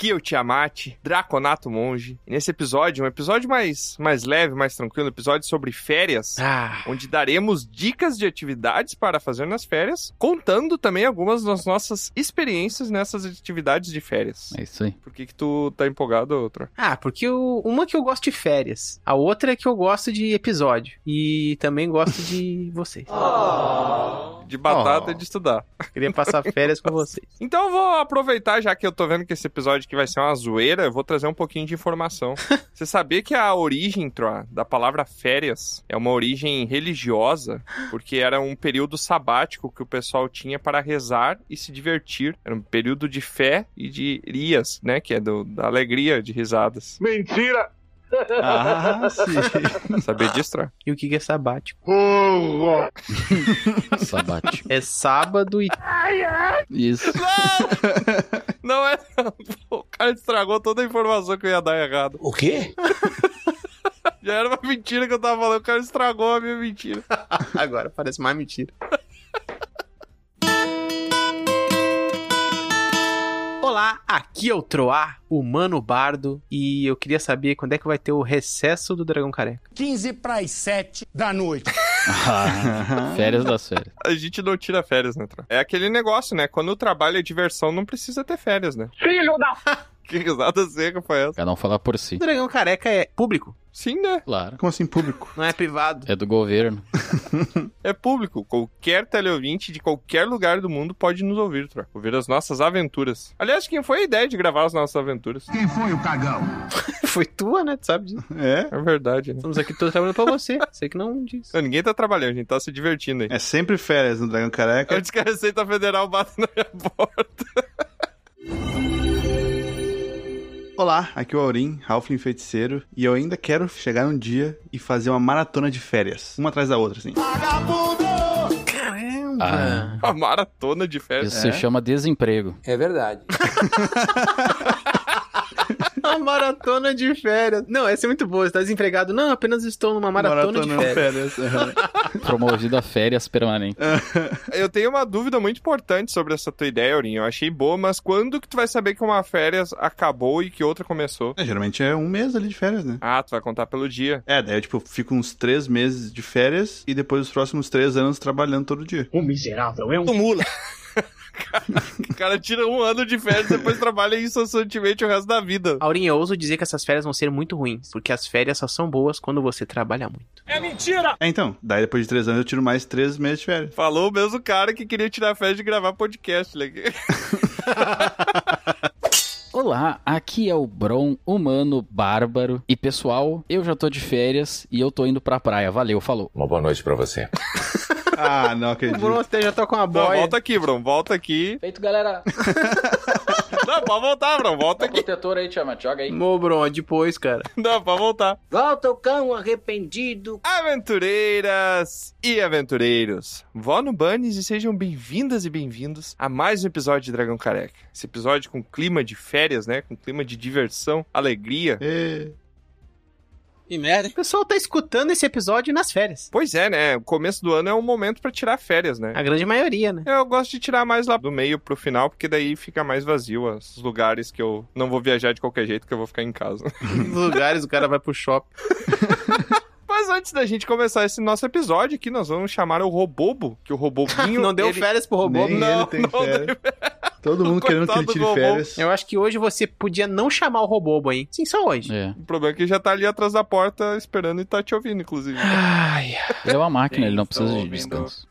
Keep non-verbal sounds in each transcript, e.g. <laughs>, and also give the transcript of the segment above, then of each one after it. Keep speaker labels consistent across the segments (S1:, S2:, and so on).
S1: Kyo é Tiamat, Draconato Monge. E nesse episódio, um episódio mais, mais leve, mais tranquilo, um episódio sobre férias,
S2: Ah,
S1: onde daremos dicas de atividades para fazer nas férias, contando também algumas das nossas experiências nessas atividades de férias.
S2: é isso aí.
S1: Por que que tu tá empolgado, outra?
S3: Ah, porque o- uma que eu gosto de férias, a outra é que eu gosto de episódio. E também gosto <laughs> de vocês.
S1: De batata
S2: Oh.
S1: e de estudar.
S3: Queria passar férias com vocês.
S1: Então eu vou aproveitar, já que eu tô vendo que esse episódio aqui vai ser uma zoeira, eu vou trazer um pouquinho
S4: <laughs>
S1: de informação. Você sabia que a origem, Troa, da palavra férias é uma origem religiosa? Porque era um período sabático que o pessoal tinha para rezar e se divertir. Era um período de fé e de rias, né? Que é do- da alegria, de risadas.
S5: Mentira!
S2: Ah, <laughs> sim.
S1: Sabia
S4: <laughs>
S1: disso, Troa?
S3: E o que que é sabático?
S5: Porra!
S2: Sabate.
S3: É sábado e.
S2: Isso.
S1: Não é. O cara estragou toda a informação que eu ia dar errado.
S4: O quê?
S1: <laughs> Já era uma mentira que eu tava falando, o cara estragou a minha mentira.
S3: Agora parece mais mentira. <laughs> Olá, aqui é o Troar, humano bardo, e eu queria saber quando é que vai ter o recesso do Dragão Careca.
S4: 15 para as 7 da noite.
S2: Ah, férias das férias.
S1: A gente não tira férias, né, Tra? É aquele negócio, né? Quando o trabalho é diversão, não precisa ter férias, né?
S5: Filho da
S1: <laughs> Que risada seca foi essa?
S2: Cada um falar por si.
S3: O Dragão Careca é público,
S1: Sim, né?
S2: Claro.
S6: Como assim, público?
S3: não é privado.
S2: É do governo.
S1: É público. Qualquer teleouvinte de qualquer lugar do mundo pode nos ouvir, Tra. Ouvir as nossas aventuras. Aliás, quem foi a ideia de gravar as
S5: <laughs>
S1: nossas aventuras?
S3: <laughs> Foi tua, né? Tu sabe disso.
S6: É?
S1: É verdade, né?
S3: Estamos aqui todos trabalhando pra você. Você que não diz.
S1: Não, ninguém tá trabalhando, a gente tá se divertindo aí.
S6: É sempre férias no Dragão Careca.
S1: Antes que a Receita Federal bata na minha <laughs> porta.
S6: Olá, aqui é o Aurim, Halfling Feiticeiro, e eu ainda quero chegar um dia e fazer uma maratona de férias, uma atrás da outra, assim.
S2: Ah,
S1: A maratona de férias.
S2: isso se chama desemprego.
S4: É verdade.
S3: <laughs> Uma maratona de férias. Não, essa é muito boa. Você tá desempregado? Não, apenas estou numa maratona, é um de férias.
S6: férias.
S2: Promovido a férias permanente.
S1: Eu tenho uma dúvida muito importante sobre essa tua ideia, Aurinho. Eu achei boa, mas quando que tu vai saber que uma férias acabou e que outra começou?
S3: <laughs>
S6: É, geralmente é um mês ali de férias, né?
S1: Ah, tu vai contar pelo dia.
S6: É, daí eu, tipo, fico uns três meses de férias e depois os próximos três anos trabalhando todo dia.
S5: O miserável é um.
S4: Mula.
S1: O cara tira um ano de férias e depois trabalha incessantemente o resto da vida.
S3: Aurinha, eu ouso dizer que essas férias vão ser muito ruins, porque as férias só são boas quando você trabalha muito.
S5: É mentira!
S6: É, então, daí depois de três anos eu tiro mais três meses de
S3: <laughs>
S6: férias.
S1: Falou o mesmo cara que queria tirar férias de gravar podcast. né?
S2: Olá, aqui é o Bron, humano, bárbaro. E pessoal, eu já tô de férias e eu tô indo pra praia. Valeu, falou.
S7: Uma boa noite pra você.
S6: Ah, não
S3: O
S6: acredito.
S3: Bruno até já tá com uma
S1: Não,
S3: boia.
S1: volta aqui, Bruno. Volta aqui.
S8: Feito, galera.
S1: Não, pode voltar, Bruno. Volta aqui.
S8: Protetor aí, Tiamat. Joga aí.
S3: Mô, Bruno, depois, cara.
S1: Não, pode voltar.
S8: Volta o cão arrependido.
S1: Aventureiras e aventureiros, vó no Bunnies e sejam bem-vindas e bem-vindos a mais um episódio de Dragão Careca. Esse episódio com clima de férias, né? Com clima de diversão, alegria.
S6: É,
S8: Que merda,
S3: O pessoal tá escutando esse episódio nas férias.
S1: Pois é, né? O começo do ano é um momento pra tirar férias, né?
S3: A grande maioria, né?
S1: Eu gosto de tirar mais lá do meio pro final, porque daí fica mais vazio os lugares que eu não vou viajar de qualquer jeito, que eu vou ficar em casa. <laughs>
S3: Nos lugares o cara vai pro shopping.
S1: Mas antes da gente começar esse nosso episódio aqui, nós vamos chamar o Robobo, que o Roboboinho...
S3: <laughs> <laughs> Não deu
S1: ele...
S3: férias pro robô.
S6: nem
S3: não.
S6: ele tem férias.
S3: <laughs>
S6: Todo mundo
S1: Coitado
S6: querendo que ele
S1: do
S6: tire
S1: Bobo.
S6: férias.
S3: Eu acho que hoje você podia não chamar o robô, hein? Sim, só hoje.
S2: É.
S1: O problema é que ele já tá ali atrás da porta esperando e tá te ouvindo, inclusive.
S3: Ai,
S2: Ele é uma máquina,
S7: Sim,
S2: ele não
S7: estou
S2: precisa de
S7: ouvindo.
S2: descanso.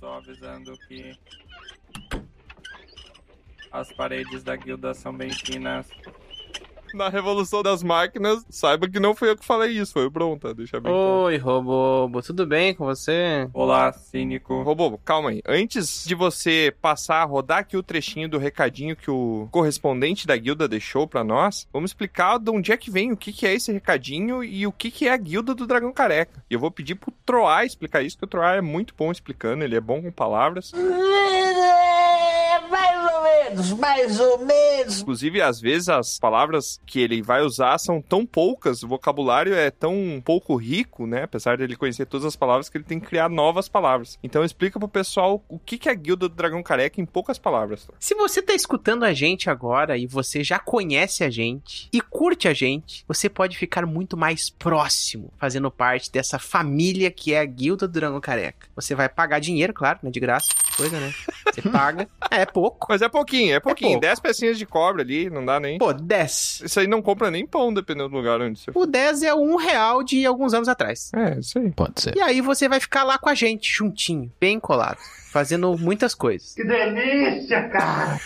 S7: Só avisando que as paredes da guilda são bem finas.
S1: Na revolução das máquinas, saiba que não fui eu que falei isso, foi o Bron, tá? Deixa bem claro.
S3: Oi, robô. Tudo bem com você?
S7: Olá, cínico.
S1: Robobo, calma aí. Antes de você passar a rodar aqui o trechinho do recadinho que o correspondente da guilda deixou pra nós, vamos explicar de onde é que vem, o que, que é esse recadinho e o que, que é a guilda do Dragão Careca. E eu vou pedir pro Troar explicar isso, porque o Troar é muito bom explicando, ele é bom com palavras.
S9: Mais ou menos, mais ou menos.
S1: Inclusive, às vezes as palavras que ele vai usar são tão poucas, o vocabulário é tão pouco rico, né? Apesar dele conhecer todas as palavras, que ele tem que criar novas palavras. Então explica pro pessoal o que que é a guilda do dragão careca em poucas palavras.
S3: Se você tá escutando a gente agora e você já conhece a gente e curte a gente, você pode ficar muito mais próximo fazendo parte dessa família que é a Guilda do Dragão Careca. Você vai pagar dinheiro, claro, não é de graça, coisa, né? Você paga. É, é pouco.
S1: Mas é pouquinho, é pouquinho.
S3: pouco.
S1: 10 pecinhas de cobre ali, não dá nem.
S3: Pô, 10.
S1: Isso aí não compra nem pão, dependendo do lugar onde você for.
S3: O 10 é um real de alguns anos atrás.
S1: É, isso aí.
S2: Pode ser.
S3: E aí você vai ficar lá com a gente, juntinho, bem colado, fazendo muitas coisas.
S5: Que delícia, cara!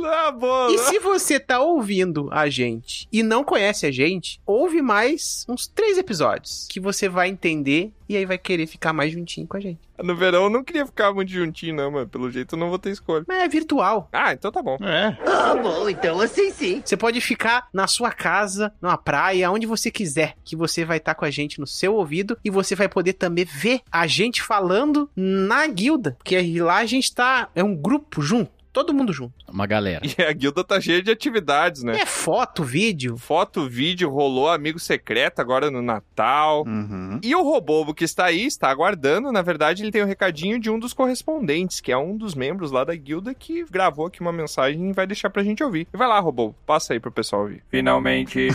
S1: Ah, boa!
S3: E se você tá ouvindo a gente e não conhece a gente, ouve mais uns três episódios que você vai entender e aí vai querer ficar mais juntinho com a gente.
S1: No verão eu não queria ficar muito juntinho, não, mas pelo jeito eu não vou ter escolha.
S3: Mas é virtual.
S1: Ah, então tá bom. <laughs>
S6: É.
S9: Ah, bom, então assim sim.
S3: Você pode ficar na sua casa, numa praia, onde você quiser, que você vai estar com a gente no seu ouvido e você vai poder também ver a gente falando na guilda, porque aí lá a gente tá é um grupo junto, todo mundo junto.
S2: Uma galera.
S1: E a guilda tá cheia de atividades, né?
S3: É foto, vídeo,
S1: Foto, vídeo, rolou amigo secreto agora no Natal.
S6: Uhum.
S1: E o Robobo que está aí, está aguardando. Na verdade, ele tem um recadinho de um dos correspondentes, que é um dos membros lá da guilda que gravou aqui uma mensagem e vai deixar pra gente ouvir. E vai lá, Robobo, passa aí pro pessoal ouvir.
S7: Finalmente. <laughs>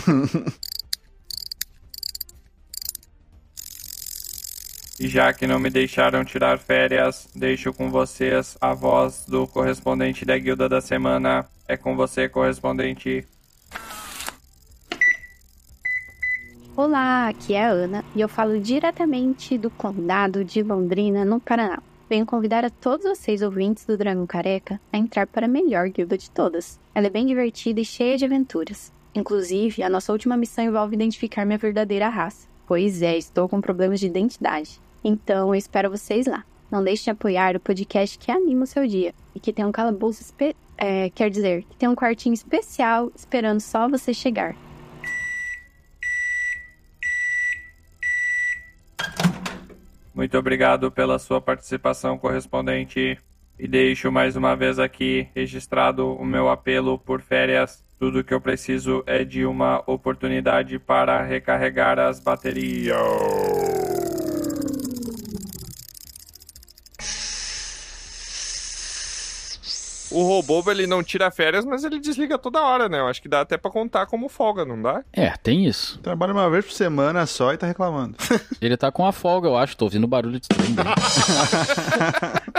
S7: E já que não me deixaram tirar férias, deixo com vocês a voz do correspondente da guilda da semana. É com você, correspondente.
S10: Olá, aqui é a Ana e eu falo diretamente do Condado de Londrina, no Paraná. Venho convidar a todos vocês ouvintes do Dragão Careca a entrar para a melhor guilda de todas. Ela é bem divertida e cheia de aventuras. Inclusive, a nossa última missão envolve identificar minha verdadeira raça. Pois é, estou com problemas de identidade. Então, eu espero vocês lá. Não deixe de apoiar o podcast que anima o seu dia e que tem um calabouço espe- é, quer dizer, que tem um quartinho especial esperando só você chegar.
S7: Muito obrigado pela sua participação, correspondente. E deixo mais uma vez aqui registrado o meu apelo por férias. Tudo que eu preciso é de uma oportunidade para recarregar as baterias.
S1: O Robobo, ele não tira férias, mas ele desliga toda hora, né? Eu acho que dá até pra contar como folga, não dá?
S2: É, tem isso.
S6: Trabalha uma vez por semana só e tá reclamando.
S2: Ele tá com a folga, eu acho. Tô ouvindo barulho de trem.
S1: <laughs>
S2: né?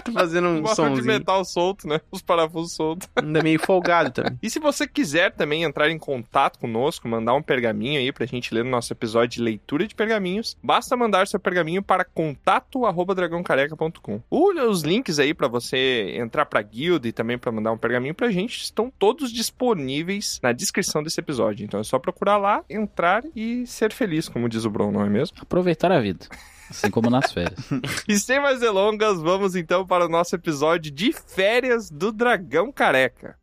S3: Tô <laughs> fazendo um
S1: Uma de
S3: somzinho.
S1: metal solto, né? Os parafusos soltos.
S3: Ainda meio folgado também.
S1: E se você quiser também entrar em contato conosco, mandar um pergaminho aí pra gente ler no nosso episódio de leitura de pergaminhos, basta mandar seu pergaminho para contato@dragãocareca.com. Olha, Os links aí pra você entrar pra guilda e também pra mandar um pergaminho pra gente estão todos disponíveis na descrição desse episódio. Então é só procurar lá, entrar e ser feliz, como diz o Bruno, não é mesmo? <laughs>
S2: Aproveitar a vida. Assim como nas férias.
S1: E sem mais delongas, vamos então para o nosso episódio de férias do Dragão Careca.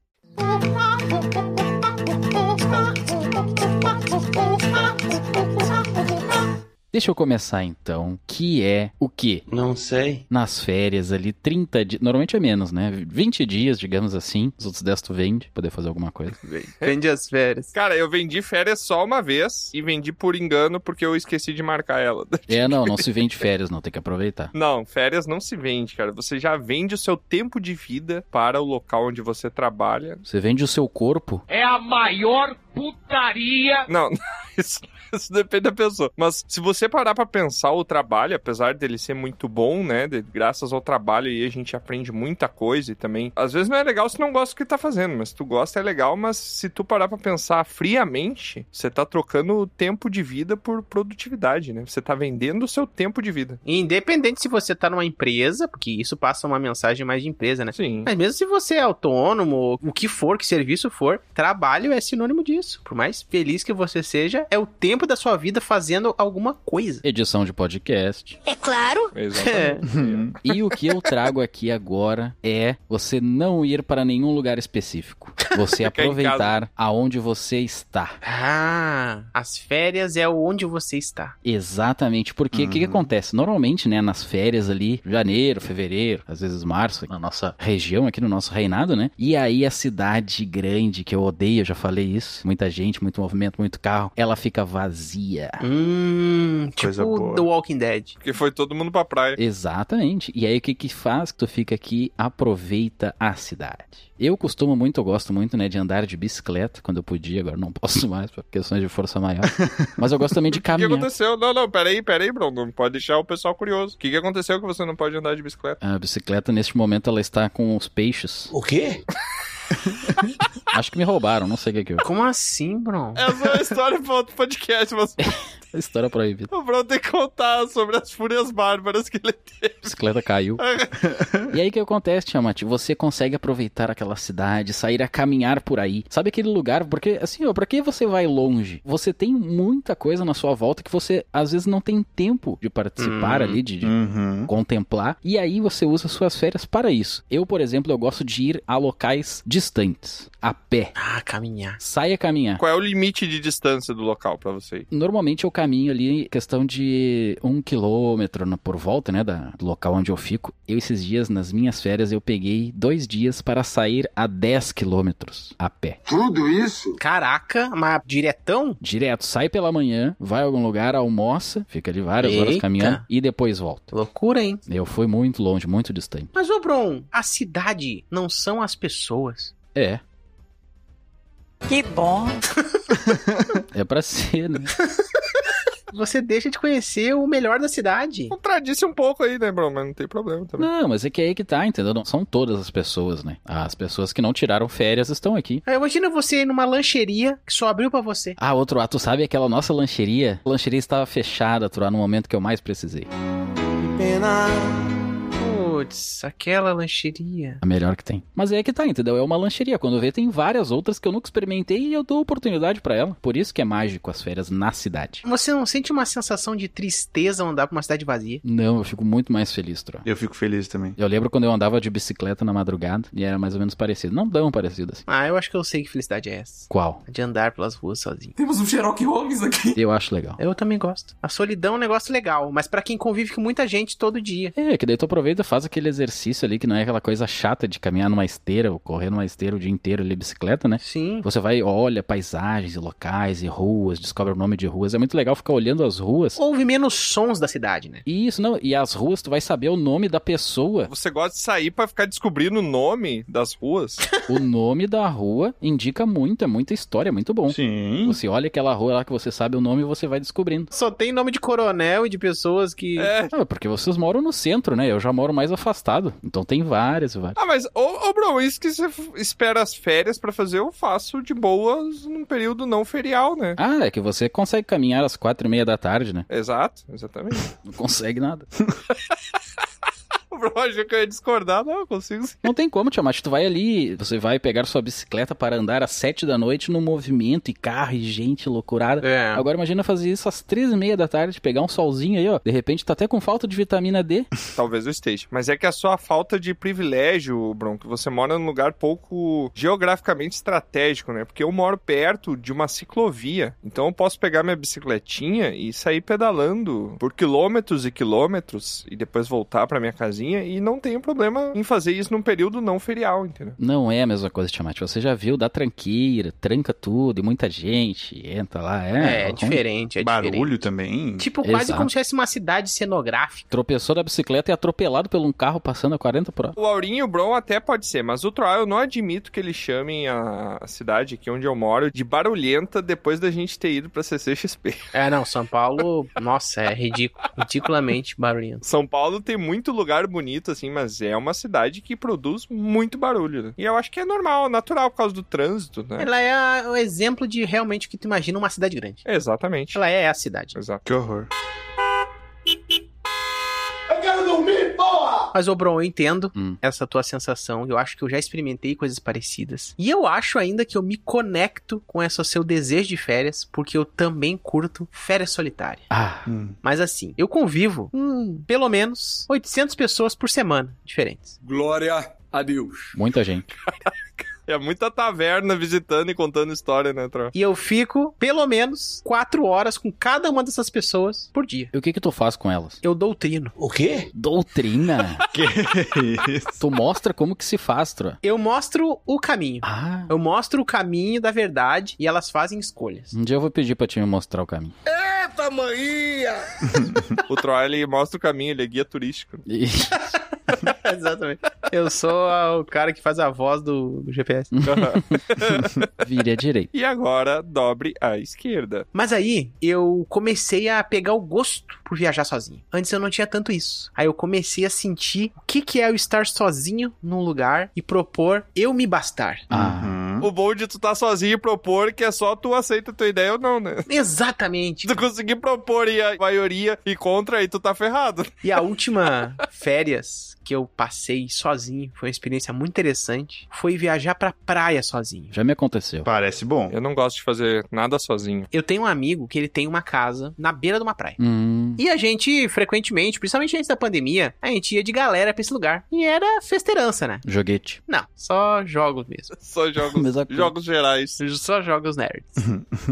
S2: Deixa eu começar então. Que é o quê?
S8: Não sei.
S2: Nas férias ali, 30 dias. Normalmente é menos, né? 20 dias, digamos assim. Os outros 10 tu vende, poder fazer alguma coisa.
S1: <laughs>
S3: Vende as férias.
S1: Cara, eu vendi férias só uma vez e vendi por engano porque eu esqueci de marcar ela. <laughs>
S2: É, não, não se vende férias, não. Tem que aproveitar.
S1: Não, férias não se vende, cara. Você já vende o seu tempo de vida para o local onde você trabalha.
S2: Você vende o seu corpo.
S5: É a maior putaria.
S1: Não, <laughs> isso, isso depende da pessoa. Mas se você parar pra pensar o trabalho, apesar dele ser muito bom, né? de- graças ao trabalho aí a gente aprende muita coisa e também. Às vezes não é legal se não gosta do que tá fazendo, mas se tu gosta é legal, mas se tu parar pra pensar friamente, você tá trocando o tempo de vida por produtividade, né? Você tá vendendo o seu tempo de vida.
S3: Independente se você tá numa empresa, porque isso passa uma mensagem mais de empresa, né?
S1: Sim.
S3: Mas mesmo se você é autônomo, o que for, que serviço for, trabalho é sinônimo disso. Por mais feliz que você seja, dia é o tempo da sua vida fazendo alguma coisa.
S2: Edição de podcast.
S9: É claro.
S6: Uhum.
S1: Exatamente.
S2: E o que eu trago aqui agora é você não ir para nenhum lugar específico. Você
S1: <laughs> Ficar em
S2: aproveitar aonde você está.
S3: Ah, as férias é onde você está.
S2: Exatamente, porque o
S1: Uhum.
S2: que, que acontece? Normalmente, né, nas férias ali, janeiro, fevereiro, às vezes março, na nossa região, aqui no nosso reinado, né? E aí a cidade grande, que eu odeio, eu já falei isso, muita gente, muito movimento, muito carro, ela fica vazia.
S3: Hum,
S6: Coisa
S3: tipo
S6: boa.
S3: The Walking Dead.
S1: Porque foi todo mundo pra praia.
S2: Exatamente. E aí o que que faz que tu fica aqui? Aproveita a cidade. Eu costumo muito, eu gosto muito, né, de andar de bicicleta, quando eu podia, agora não <laughs> posso mais, por questões de força maior. Mas eu gosto também de
S1: <laughs> O que
S2: caminhar.
S1: aconteceu? Não, não, peraí, peraí, Bruno. Não pode deixar o pessoal curioso. O que, que aconteceu que você não pode andar de bicicleta? <laughs>
S2: A bicicleta, neste momento, ela está com os peixes.
S4: O quê?
S2: Acho que me roubaram, não sei o que que eu...
S3: Como assim, Bruno?
S1: Essa é a história pra outro podcast, mas
S2: História proibida.
S1: o Bruno tem que contar sobre as fúrias bárbaras que ele
S2: A bicicleta caiu. e aí o que acontece, Tiamat? Você consegue aproveitar aquela cidade, sair a caminhar por aí. Sabe aquele lugar? Porque, assim, ó, pra que você vai longe? Você tem muita coisa na sua volta que você, às vezes, não tem tempo de participar
S3: Hum.
S2: ali, de, de
S6: Uhum.
S2: contemplar. E aí você usa suas férias para isso. Eu, por exemplo, eu gosto de ir a locais distantes, a pé.
S3: Ah, caminhar.
S2: Saia a caminhar.
S1: Qual é o limite de distância do local pra você ir?
S2: Normalmente eu caminho ali questão de um quilômetro no- por volta, né, da- do local onde eu fico. Eu, esses dias, nas minhas férias, eu peguei dois dias para sair a 10 quilômetros a pé.
S3: Caraca, mas diretão?
S2: Direto, sai pela manhã, vai a algum lugar, almoça, fica ali várias horas
S3: Eita.
S2: caminhando e depois volta.
S3: Loucura, hein?
S2: Eu fui muito longe, muito distante.
S3: Mas, ô, Bruno, a cidade não são as pessoas.
S2: É,
S9: Que bom.
S2: é pra <laughs> ser, né?
S3: Você deixa de conhecer o melhor da cidade.
S1: Contradisse um pouco aí, né, Bruno? Mas não tem problema também.
S2: Não, mas é que é aí que tá, entendeu? Não são todas as pessoas, né? As pessoas que não tiraram férias estão aqui.
S3: Aí, Ah, Imagina você ir numa lancheria que só abriu pra você.
S2: Ah, outro ato, sabe aquela nossa lancheria? A lancheria estava fechada, Troá, no momento que eu mais precisei.
S3: Putz, aquela lancheria.
S2: A melhor que tem. Mas é que tá, entendeu? É uma lancheria. Quando vê, tem várias outras que eu nunca experimentei e eu dou oportunidade pra ela. Por isso que é mágico as férias na cidade.
S3: Você não sente uma sensação de tristeza ao andar pra uma cidade vazia?
S2: Não, eu fico muito mais feliz, Troá.
S6: Eu fico feliz também.
S2: Eu lembro quando eu andava de bicicleta na madrugada e era mais ou menos parecido. Não tão parecido assim.
S3: Ah, eu acho que eu sei que felicidade é essa.
S2: Qual?
S3: A De andar pelas ruas sozinho.
S11: Temos um Sherlock Holmes aqui.
S2: Eu acho legal.
S3: Eu também gosto. A solidão é um negócio legal, mas pra quem convive com muita gente todo dia.
S2: É, que daí tu aproveita, faz aquele exercício ali que não é aquela coisa chata de caminhar numa esteira ou correr numa esteira o dia inteiro ali de bicicleta, né?
S3: Sim.
S2: Você vai, olha paisagens e locais e ruas, descobre o nome de ruas. É muito legal ficar olhando as ruas.
S3: Ouve menos sons da cidade, né?
S2: E isso, não. E as ruas, tu vai saber o nome da pessoa.
S1: Você gosta de sair pra ficar descobrindo o nome das ruas?
S2: O nome da rua indica muito, é muita história, é muito bom.
S6: Sim.
S2: Você olha aquela rua lá que você sabe o nome e você vai descobrindo.
S3: Só tem nome de coronel e de pessoas
S1: <laughs>
S3: que.
S1: é.
S2: Ah, porque vocês moram no centro, né? Eu já moro mais afastado. Então tem várias e várias.
S1: Ah, mas, ô, ô Bruno, isso que você f- espera as férias pra fazer, eu faço de boas num período não ferial, né?
S2: Ah, é que você consegue caminhar às quatro e meia da tarde, né?
S1: Exato, exatamente.
S2: Não consegue nada.
S1: <laughs> o Bruno achou que eu ia discordar, não, eu consigo sim.
S2: Não tem como, Tiamat. Tu vai ali, você vai pegar sua bicicleta para andar às sete da noite no movimento e carro e gente loucurada.
S3: É.
S2: Agora imagina fazer isso às três e meia da tarde, pegar um solzinho aí, ó. De repente tá até com falta de vitamina D.
S1: Talvez eu esteja. Mas é que a sua falta de privilégio, Bruno, que você mora num lugar pouco geograficamente estratégico, né? Porque eu moro perto de uma ciclovia. Então eu posso pegar minha bicicletinha e sair pedalando por quilômetros e quilômetros e depois voltar pra minha casinha e não tenho problema em fazer isso num período não ferial, entendeu?
S2: Não é a mesma coisa, Tiamat. Você já viu, dá tranqueira, tranca tudo e muita gente entra lá. É,
S3: É, é
S2: ruim.
S3: diferente, é
S6: Barulho
S3: diferente.
S6: também.
S3: Tipo, quase
S2: Exato.
S3: como se fosse uma cidade cenográfica.
S2: Tropeçou da bicicleta e atropelado por um carro passando a 40 por hora.
S1: O Aurinho e o Bron até pode ser, mas o Troá eu não admito que eles chamem a a cidade aqui onde eu moro de barulhenta depois da gente ter ido pra CCXP.
S3: É, não, São Paulo, nossa, é ridículo. Ridiculamente barulhento.
S1: São Paulo tem muito lugar bonito, assim, mas é uma cidade que produz muito barulho. né? E eu acho que é normal, natural, por causa do trânsito, né?
S3: Ela é a- o exemplo de realmente o que tu imagina uma cidade grande.
S1: Exatamente.
S3: Ela é a cidade.
S1: Exato.
S6: Que horror.
S4: Eu quero dormir, porra!
S3: Mas, ô Bron, eu entendo essa tua sensação. Eu acho que eu já experimentei coisas parecidas. E eu acho ainda que eu me conecto com esse seu desejo de férias, porque eu também curto férias solitárias.
S2: Ah.
S3: Mas assim, eu convivo com pelo menos 800 pessoas por semana diferentes.
S1: Glória a Deus.
S2: Muita gente.
S1: É muita taverna visitando e contando história, né, Tro?
S3: E eu fico pelo menos 4 horas com cada uma dessas pessoas por dia.
S2: E o que que tu faz com elas?
S3: Eu doutrino.
S2: O quê?
S3: <laughs>
S2: Doutrina? que isso? Tu mostra como que se faz, Tro. Ah,
S3: Eu mostro o caminho. Eu mostro o caminho da verdade e elas fazem escolhas.
S2: <laughs> Um dia eu vou pedir pra te mostrar o caminho.
S5: Eita, Maria!
S1: O Troy, ele mostra o caminho, ele é guia <laughs> turístico.
S2: <laughs>
S3: Exatamente. Eu sou a- o cara que faz a voz do, do GPS.
S1: Hum. Uhum.
S2: Vire à direita.
S1: <laughs> E agora, dobre à esquerda.
S3: Mas aí, eu comecei a pegar o gosto por viajar sozinho. Antes eu não tinha tanto isso. Aí eu comecei a sentir o que, que é eu estar sozinho num lugar e propor eu me bastar.
S2: Ah,
S3: Uhum.
S6: Ah. Uhum.
S1: O bom de tu tá sozinho e propor que é só tu aceita a tua ideia ou não, né? <laughs>
S3: Exatamente.
S1: Tu conseguir propor e a maioria e contra, aí tu tá ferrado.
S3: E a última férias que eu passei sozinho, foi uma experiência muito interessante, foi viajar pra praia sozinho.
S2: Já me aconteceu.
S6: Parece bom.
S1: Eu não gosto de fazer nada sozinho.
S3: Eu tenho um amigo que ele tem uma casa na beira de uma praia.
S2: Hum.
S3: E a gente, frequentemente, principalmente antes da pandemia, a gente ia de galera pra esse lugar. E era festeirança, né?
S2: Joguete.
S3: Não, só jogos mesmo.
S1: <laughs> Só jogos,
S2: Mesma coisa.
S1: jogos gerais.
S3: Só jogos nerds.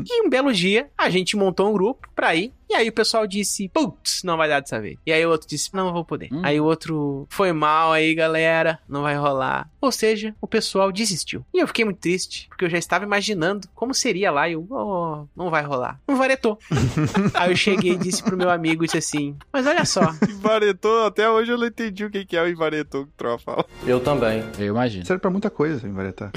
S3: e um belo dia, a gente montou um grupo pra ir. E aí o pessoal disse, putz, não vai dar dessa vez. E aí o outro disse, não, eu vou poder.
S2: Hum.
S3: Aí o outro, foi mal aí, galera, não vai rolar. Ou seja, o pessoal desistiu. E eu fiquei muito triste, porque eu já estava imaginando como seria lá. E eu, oh, não vai rolar. Não varetou. aí eu cheguei e disse pro meu amigo, disse assim, mas olha só,
S1: Invaretou, até hoje eu não entendi o que que é o invaretou que o Troll fala.
S8: <laughs>
S1: <laughs>
S8: Eu também.
S2: Eu imagino.
S6: Serve pra muita coisa, Invaretar.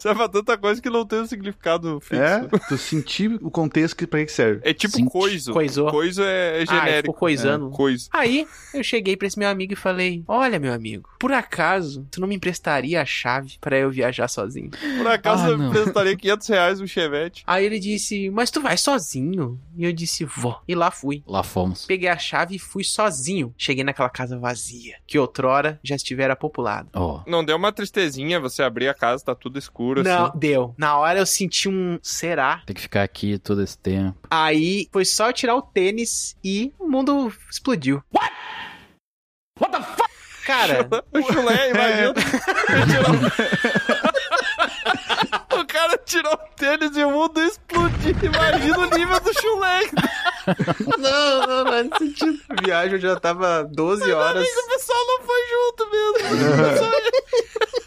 S1: Serve pra tanta coisa que não tem um significado fixo.
S6: É, tu sentir o contexto que, pra que serve.
S1: É tipo
S2: Sim.
S1: coiso.
S3: coisou.
S1: Coiso é, é
S3: Ah, ele ficou
S1: genérico.
S3: coisando.
S1: coiso.
S3: Aí eu cheguei pra esse meu amigo e falei: Olha, meu amigo, por acaso tu não me emprestaria a chave pra eu viajar sozinho?
S1: Por acaso
S2: Ah,
S1: eu
S2: não.
S1: emprestaria 500 reais no Chevette.
S3: Aí ele disse: Mas tu vai sozinho? E eu disse: Vou. E lá fui.
S2: Lá fomos.
S3: Peguei a chave e fui sozinho. Cheguei naquela casa vazia, que outrora já estivera populada.
S2: Ó.
S1: Não deu uma tristezinha você abrir a casa, tá tudo escuro
S3: Não,
S1: assim.
S3: deu. Na hora eu senti um será.
S2: Tem que ficar aqui todo esse tempo.
S3: Aí foi só eu tirar o tênis e o mundo explodiu. What? What the fuck? Cara,
S1: <laughs> O chulé, imagina. Tirou- o cara tirou o tênis e o mundo explodiu. Imagina o nível do chulé.
S3: não, não, não,
S12: assim.
S3: não sentido. <laughs> A viagem já tava 12 horas.
S1: O pessoal não foi junto mesmo.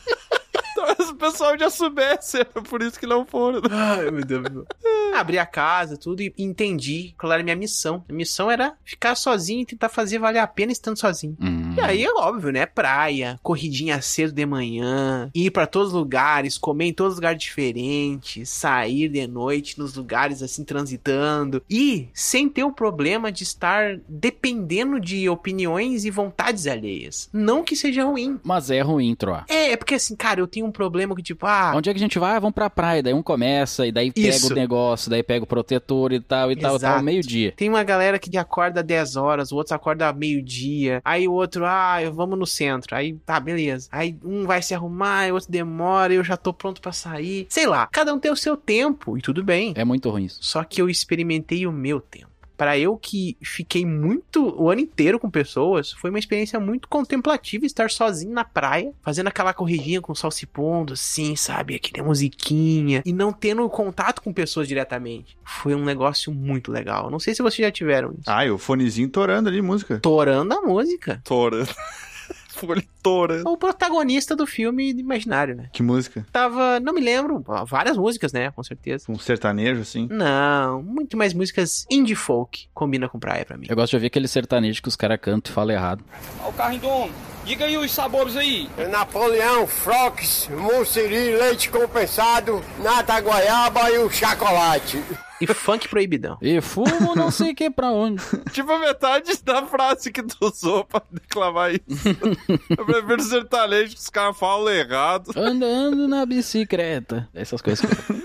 S1: Talvez o pessoal já soubesse, era por isso que não foram.
S3: Ai, meu Deus. <laughs> Abri a casa, tudo, e entendi qual era a minha missão. A missão era ficar sozinho e tentar fazer valer a pena estando sozinho.
S2: Hum.
S3: E aí, é óbvio, né? Praia, corridinha cedo de manhã, ir pra todos os lugares, comer em todos os lugares diferentes, sair de noite nos lugares assim, transitando. E sem ter o problema de estar dependendo de opiniões e vontades alheias. Não que seja ruim.
S2: Mas é ruim, Troa.
S3: É, é porque assim, cara, eu tenho um problema que, tipo, ah,
S2: Onde é que a gente vai? Ah, vamos pra praia. Daí um começa, e daí pega
S3: Isso.
S2: o negócio, daí pega o protetor e tal, e tal, e
S3: Exato.
S2: tal. Meio-dia.
S3: Tem uma galera que acorda 10 horas, o outro acorda meio-dia. Aí o outro, ah, eu- vamos no centro. Aí tá, beleza. Aí um vai se arrumar, o outro demora, eu já tô pronto pra sair. Sei lá, cada um tem o seu tempo e tudo bem.
S2: É muito ruim isso.
S3: Só que eu experimentei o meu tempo. Pra eu que fiquei muito o ano inteiro com pessoas, foi uma experiência muito contemplativa estar sozinho na praia, fazendo aquela corridinha com o sol se pondo, assim, sabe? Aquele musiquinha, e não tendo contato com pessoas diretamente. Foi um negócio muito legal. Não sei se vocês já tiveram isso.
S6: Ah, e o fonezinho torando ali, música.
S3: Torando a música.
S1: <laughs> Tora. Folha tora.
S3: O protagonista do filme imaginário, né?
S6: Que música?
S3: Tava, não me lembro, ó, várias músicas, né? Com certeza.
S6: Um sertanejo, assim.
S3: Não, muito mais músicas indie folk combina com praia pra mim.
S2: Eu gosto de ouvir aquele sertanejo que os caras cantam e falam errado.
S5: Olha o carrinho do homem. Diga aí os sabores aí.
S11: Napoleão, Frox, Mussiri, leite compensado, nata goiaba e o chocolate.
S3: E funk proibidão.
S2: E fumo não sei que pra onde.
S1: Tipo, metade da frase que tu usou pra declamar isso. Eu prefiro sertanejo que os caras falam errado.
S2: Andando na bicicleta. Essas coisas.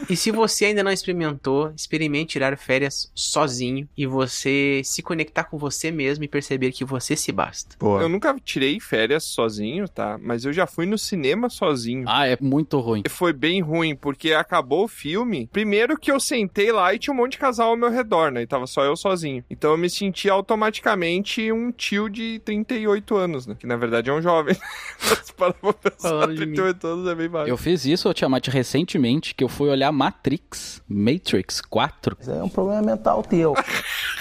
S3: E se você ainda não experimentou, experimente tirar férias sozinho e você se conectar com você mesmo e perceber que você se basta.
S6: Boa.
S1: Eu nunca tirei férias sozinho, tá? Mas eu já fui no cinema sozinho.
S2: Ah, é muito ruim.
S1: Foi bem ruim, porque acabou o filme. Primeiro que eu sentei lá e tinha um monte de casal ao meu redor, né? E tava só eu sozinho. Então eu me senti automaticamente um tio de 38 anos, né? Que na verdade é um jovem. <laughs> Mas para pra pensar,
S3: Falando de mim.
S1: 38 anos é bem baixo.
S2: Eu fiz isso, ô Tiamat, recentemente, que eu fui olhar Matrix, Matrix 4,
S11: É um problema mental teu.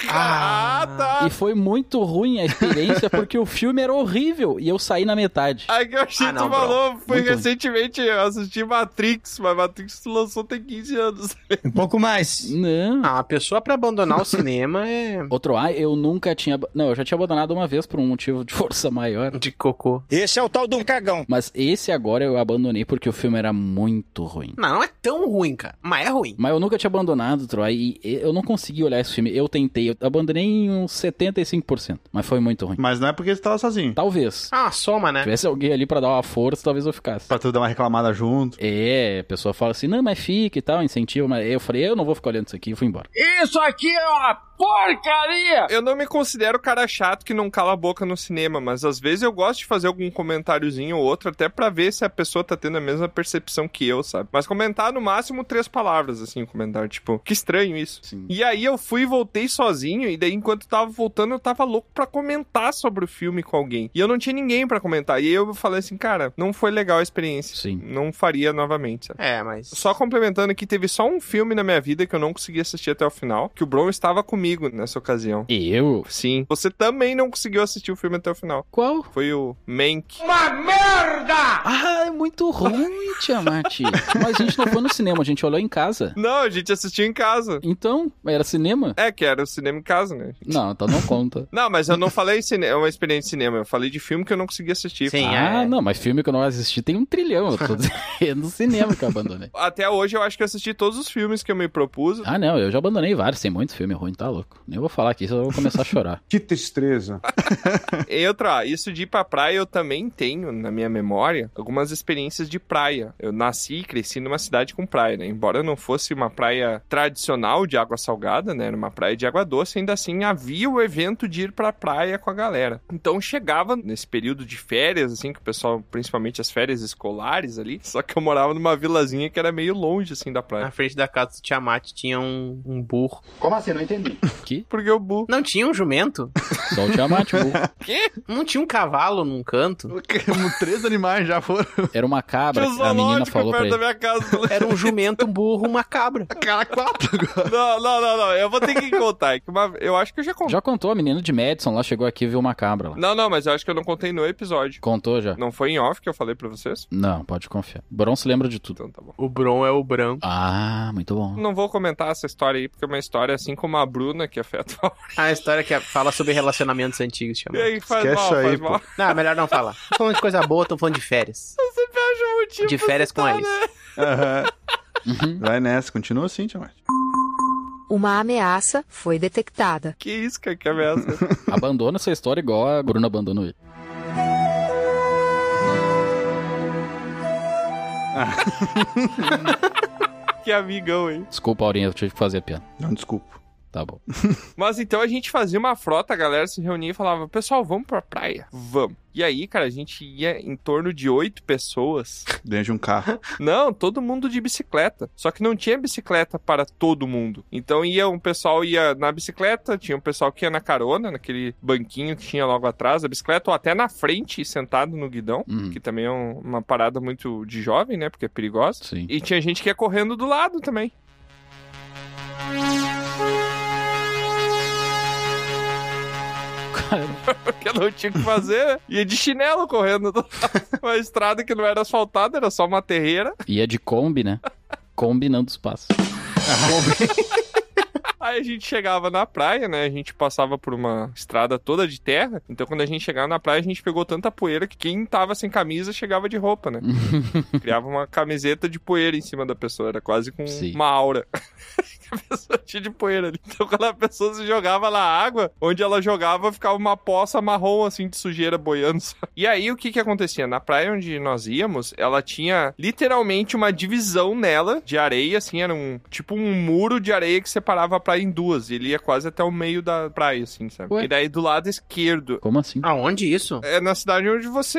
S1: Ah, tá!
S2: e foi muito ruim a
S3: <laughs>
S2: experiência porque o filme era horrível e eu saí na metade.
S1: Aí que eu achei
S3: Ah,
S1: que
S3: não,
S1: tu falou, foi
S2: Muito ruim.
S1: recentemente eu assisti Matrix, mas Matrix lançou tem 15 anos.
S11: Um pouco mais.
S2: Não.
S3: Ah, a pessoa pra abandonar o cinema é
S2: Outro A, eu nunca tinha. ab- Não, eu já tinha abandonado uma vez por um motivo de força maior.
S3: de cocô.
S11: Esse é o tal do cagão.
S2: Mas esse agora eu abandonei porque o filme era muito ruim.
S3: Não, não é tão ruim, cara. Mas é ruim.
S2: Mas eu nunca tinha abandonado, Troy, e eu não consegui olhar esse filme. Eu tentei, eu abandonei em um uns 75%, mas foi muito ruim.
S6: Mas não é porque você tava sozinho.
S2: Tá. Talvez.
S3: Ah, soma, né?
S2: Se tivesse alguém ali pra dar uma força, talvez eu ficasse.
S6: Pra tu dar uma reclamada junto.
S2: É, a pessoa fala assim, não, mas fica e tal, incentiva, mas eu falei, eu não vou ficar olhando isso aqui e fui embora.
S5: Isso aqui é uma porcaria!
S1: Eu não me considero o cara chato que não cala a boca no cinema, mas às vezes eu gosto de fazer algum comentáriozinho ou outro, até pra ver se a pessoa tá tendo a mesma percepção que eu, sabe? Mas comentar no máximo três palavras, assim, o comentário, tipo, que estranho isso.
S2: Sim.
S1: E aí eu fui e voltei sozinho, e daí enquanto tava voltando, eu tava louco pra comentar sobre o filme com alguém. E eu não tinha ninguém pra comentar. E aí eu falei assim, cara, não foi legal a experiência.
S2: Sim.
S1: Não faria novamente, sabe?
S3: É, mas.
S1: Só complementando aqui, teve só um filme na minha vida que eu não consegui assistir até o final, que o Bron estava comigo nessa ocasião.
S2: E eu?
S1: Sim. Você também não conseguiu assistir o filme até o final.
S2: Qual?
S1: Foi o Mank.
S5: Uma merda!
S2: Ah, é muito ruim, Tiamat. mas a gente não foi no cinema, a gente olhou em casa.
S1: Não, a gente assistiu em casa.
S2: Então, era cinema?
S1: É, que era o cinema em casa, né?
S2: Não, então não conta.
S1: Não, mas eu não falei cine... é uma experiência de cinema. Eu falei de filme que eu não consegui assistir.
S3: <laughs> Sim,
S2: ah,
S3: é.
S2: não, mas filme que eu não assisti tem um trilhão, eu tô dizendo <laughs> cinema que eu abandonei.
S1: Até hoje eu acho que eu assisti todos os filmes que eu me propus.
S2: Ah, não, eu já abandonei vários, tem muito filme ruim, tá louco. Nem vou falar aqui, senão eu vou começar a chorar.
S4: Que tristeza.
S1: E outra, isso de ir pra praia eu também tenho na minha memória algumas experiências de praia. Eu nasci e cresci numa cidade com praia, né? Embora não fosse uma praia tradicional de água salgada, né? Era uma praia de água doce, ainda assim havia o evento de ir pra praia com a galera. Então chegava nesse período de férias, assim, que o pessoal, principalmente as férias escolares ali, só que eu morava numa vilazinha que era meio longe, assim, da praia.
S3: Na frente da casa do Tiamat tinha um, um burro.
S11: Como assim? Não entendi.
S2: Aqui,
S1: Porque o Bu.
S3: Não tinha um jumento?
S2: só o Tiamat, burro.
S3: Não tinha um cavalo num canto?
S6: Como três animais já foram.
S2: Era uma cabra,
S1: Tinha um
S2: que Ah, a menina
S1: zoológico
S2: falou pra
S1: perto da
S2: ele.
S1: minha casa.
S3: Era um jumento, um burro, uma cabra.
S6: Cara, quatro agora.
S1: Não, não, não, não. Eu vou
S2: <laughs>
S1: ter que contar. é que uma- Eu acho que eu já contei.
S2: Já contou, a menina de Madison lá chegou aqui e viu uma cabra lá.
S1: Não, não, mas eu acho que eu não contei no episódio.
S2: Contou já?
S1: Não foi em off que eu falei pra vocês?
S2: Não, pode confiar. Bron se lembra de tudo.
S1: Então tá bom.
S3: O Bron é o branco.
S2: Ah, muito bom.
S1: Não vou comentar essa história aí, porque é uma história assim como a Bruna que afeta
S6: <laughs>
S1: o áudio.
S3: A história que é, fala sobre relacionamentos antigos,
S1: E
S3: Tiamat.
S1: aí faz
S6: Esquece
S1: mal, faz
S6: aí,
S1: mal.
S3: Não, melhor não falar. Tô falando de coisa boa, tô falando de férias.
S1: Sempre acho um motivo.
S3: De
S1: pra
S3: férias com
S1: citar,
S3: ex.
S1: né?
S2: Uhum.
S6: Vai nessa, continua assim, Tiamat.
S13: Uma ameaça foi detectada.
S1: Que isso, cara, que
S6: <laughs>
S1: ameaça.
S2: Abandona essa história igual a Bruna abandonou ele.
S1: que amigão, hein?
S2: Desculpa, Aurinha, eu tive que fazer a piada.
S6: Não, desculpa.
S2: Tá bom.
S1: Mas então a gente fazia uma frota, a galera se reunia e falava: pessoal, vamos pra praia? Vamos. E aí, cara, a gente ia em torno de oito pessoas.
S6: Dentro de um carro.
S1: Não, todo mundo de bicicleta. Só que não tinha bicicleta para todo mundo. Então ia um pessoal ia na bicicleta, tinha um pessoal que ia na carona, naquele banquinho que tinha logo atrás da bicicleta, ou até na frente, sentado no guidão,
S2: Hum, <laughs>
S1: que também é um- uma parada muito de jovem, né? Porque é perigosa.
S2: sim.
S1: E tinha gente que ia correndo do lado também. <laughs> Porque não tinha o que fazer, né? Ia de chinelo correndo do lado. <laughs> Uma estrada que não era asfaltada, era só uma terreira.
S2: E é de Kombi, né? Combinando os passos.
S1: Aí a gente chegava na praia, né? A gente passava por uma estrada toda de terra. Então, quando a gente chegava na praia, a gente pegou tanta poeira que quem tava sem camisa chegava de roupa, né? Criava uma camiseta de poeira em cima da pessoa. Era quase com
S2: Sim.
S1: uma aura. pessoa tinha de poeira ali. Então, quando a pessoa se jogava na água, onde ela jogava ficava uma poça marrom, assim, de sujeira boiando. sabe? E aí, o que que acontecia? Na praia onde nós íamos, ela tinha literalmente uma divisão nela de areia, assim, era um tipo um muro de areia que separava a praia em duas. E ele ia quase até o meio da praia, assim, sabe?
S2: Ué?
S1: E daí, do lado esquerdo.
S2: Como assim?
S3: Aonde isso?
S1: É na cidade onde você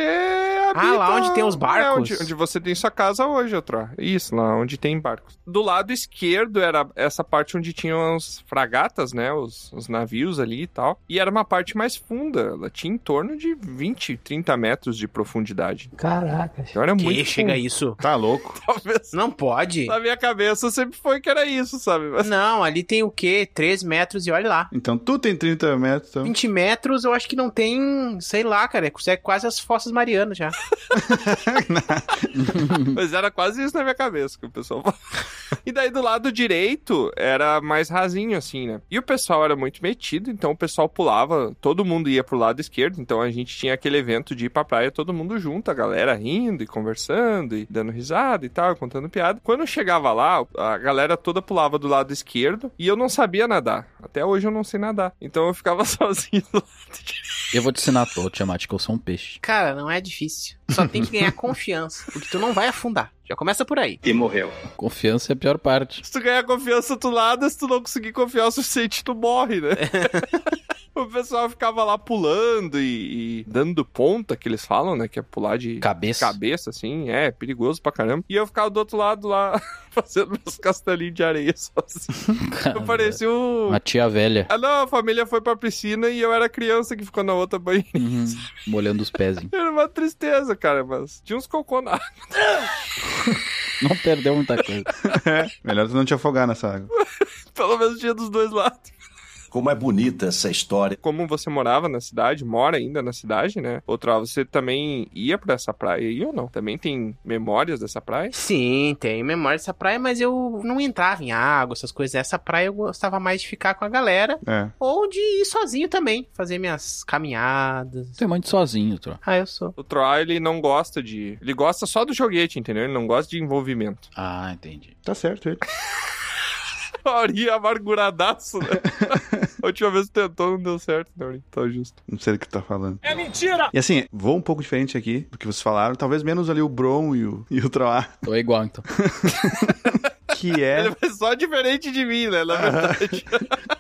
S1: habita.
S3: Ah, lá onde tem os barcos?
S1: É, onde, onde você tem sua casa hoje, outra. Isso, lá onde tem barcos. Do lado esquerdo era essa parte onde tinham as fragatas, né? Os, os navios ali e tal. E era uma parte mais funda. Ela tinha em torno de 20, 30 metros de profundidade.
S3: Caracas.
S1: Então era
S3: que
S1: muito
S3: chega
S1: fundo.
S3: isso?
S6: Tá louco.
S1: Talvez.
S3: Não pode.
S1: <laughs> Na minha cabeça sempre foi que era isso, sabe? Mas-
S3: Não, ali tem o quê? 3 metros e olha lá.
S6: Então tu tem 30 metros. Então...
S3: 20 metros eu acho que não tem, sei lá, cara, consegue quase as fossas marianas já.
S1: Mas era quase isso na minha cabeça que o pessoal falava. <laughs> E daí do lado direito era mais rasinho, assim, né? E o pessoal era muito metido, então o pessoal pulava, todo mundo ia pro lado esquerdo, então a gente tinha aquele evento de ir pra praia todo mundo junto, a galera rindo e conversando e dando risada e tal, contando piada. Quando eu chegava lá, a galera toda pulava do lado esquerdo e eu não sabia nadar. Até hoje eu não sei nadar. Então eu ficava <laughs> sozinho do
S2: Eu vou te ensinar, tô, Tiamat, que eu sou um peixe.
S3: Cara, não é difícil. Só tem
S1: <laughs>
S3: que ganhar confiança, porque tu não vai afundar. Já começa por aí.
S2: E morreu. Confiança é a pior parte.
S1: Se tu ganhar confiança, tu nada. Se tu não conseguir confiar o suficiente, tu morre, né? o pessoal ficava lá pulando e, e dando ponta, que eles falam, né? Que é pular de
S2: cabeça.
S1: Cabeça, assim. É, perigoso pra caramba. E eu ficava do outro lado lá, <laughs> fazendo meus castelinhos de areia sozinho.
S2: Ah,
S1: eu parecia um...
S2: Uma tia velha,
S1: Ah, não, a família foi pra piscina e eu era criança que ficou na outra banheira. <laughs>
S2: molhando os pés. hein?
S1: Era uma tristeza, cara, mas tinha uns cocô na <laughs> água.
S2: Não perdeu muita coisa.
S6: Melhor tu não te afogar nessa água.
S1: Pelo menos tinha dos dois lados.
S14: Como é bonita essa história.
S1: como você morava na cidade, mora ainda na cidade, né? Outra, você também ia pra essa praia e eu não? Também tem memórias dessa praia?
S3: Sim, tem memória dessa praia, mas eu não entrava em água, essas coisas. Essa praia eu gostava mais de ficar com a galera
S6: É.
S3: ou de ir sozinho também, fazer minhas caminhadas.
S2: Tu é muito sozinho, Tro.
S3: Ah, eu sou.
S1: O Troá, ele não gosta de. Ele gosta só do joguete, entendeu? Ele não gosta de <laughs> envolvimento.
S2: Ah, entendi.
S6: Tá certo ele.
S1: Aurinha amarguradaço, né? <laughs> A última vez que tentou, não deu certo, né, Aurinha? Tá justo.
S6: Não sei do que tu tá falando.
S5: É mentira!
S6: E assim, vou um pouco diferente aqui do que vocês falaram. Talvez menos ali o Bron e o, e o Troá.
S2: Tô igual, então.
S6: Que é.
S5: <laughs>
S1: Ele foi só diferente de mim, né? Na verdade.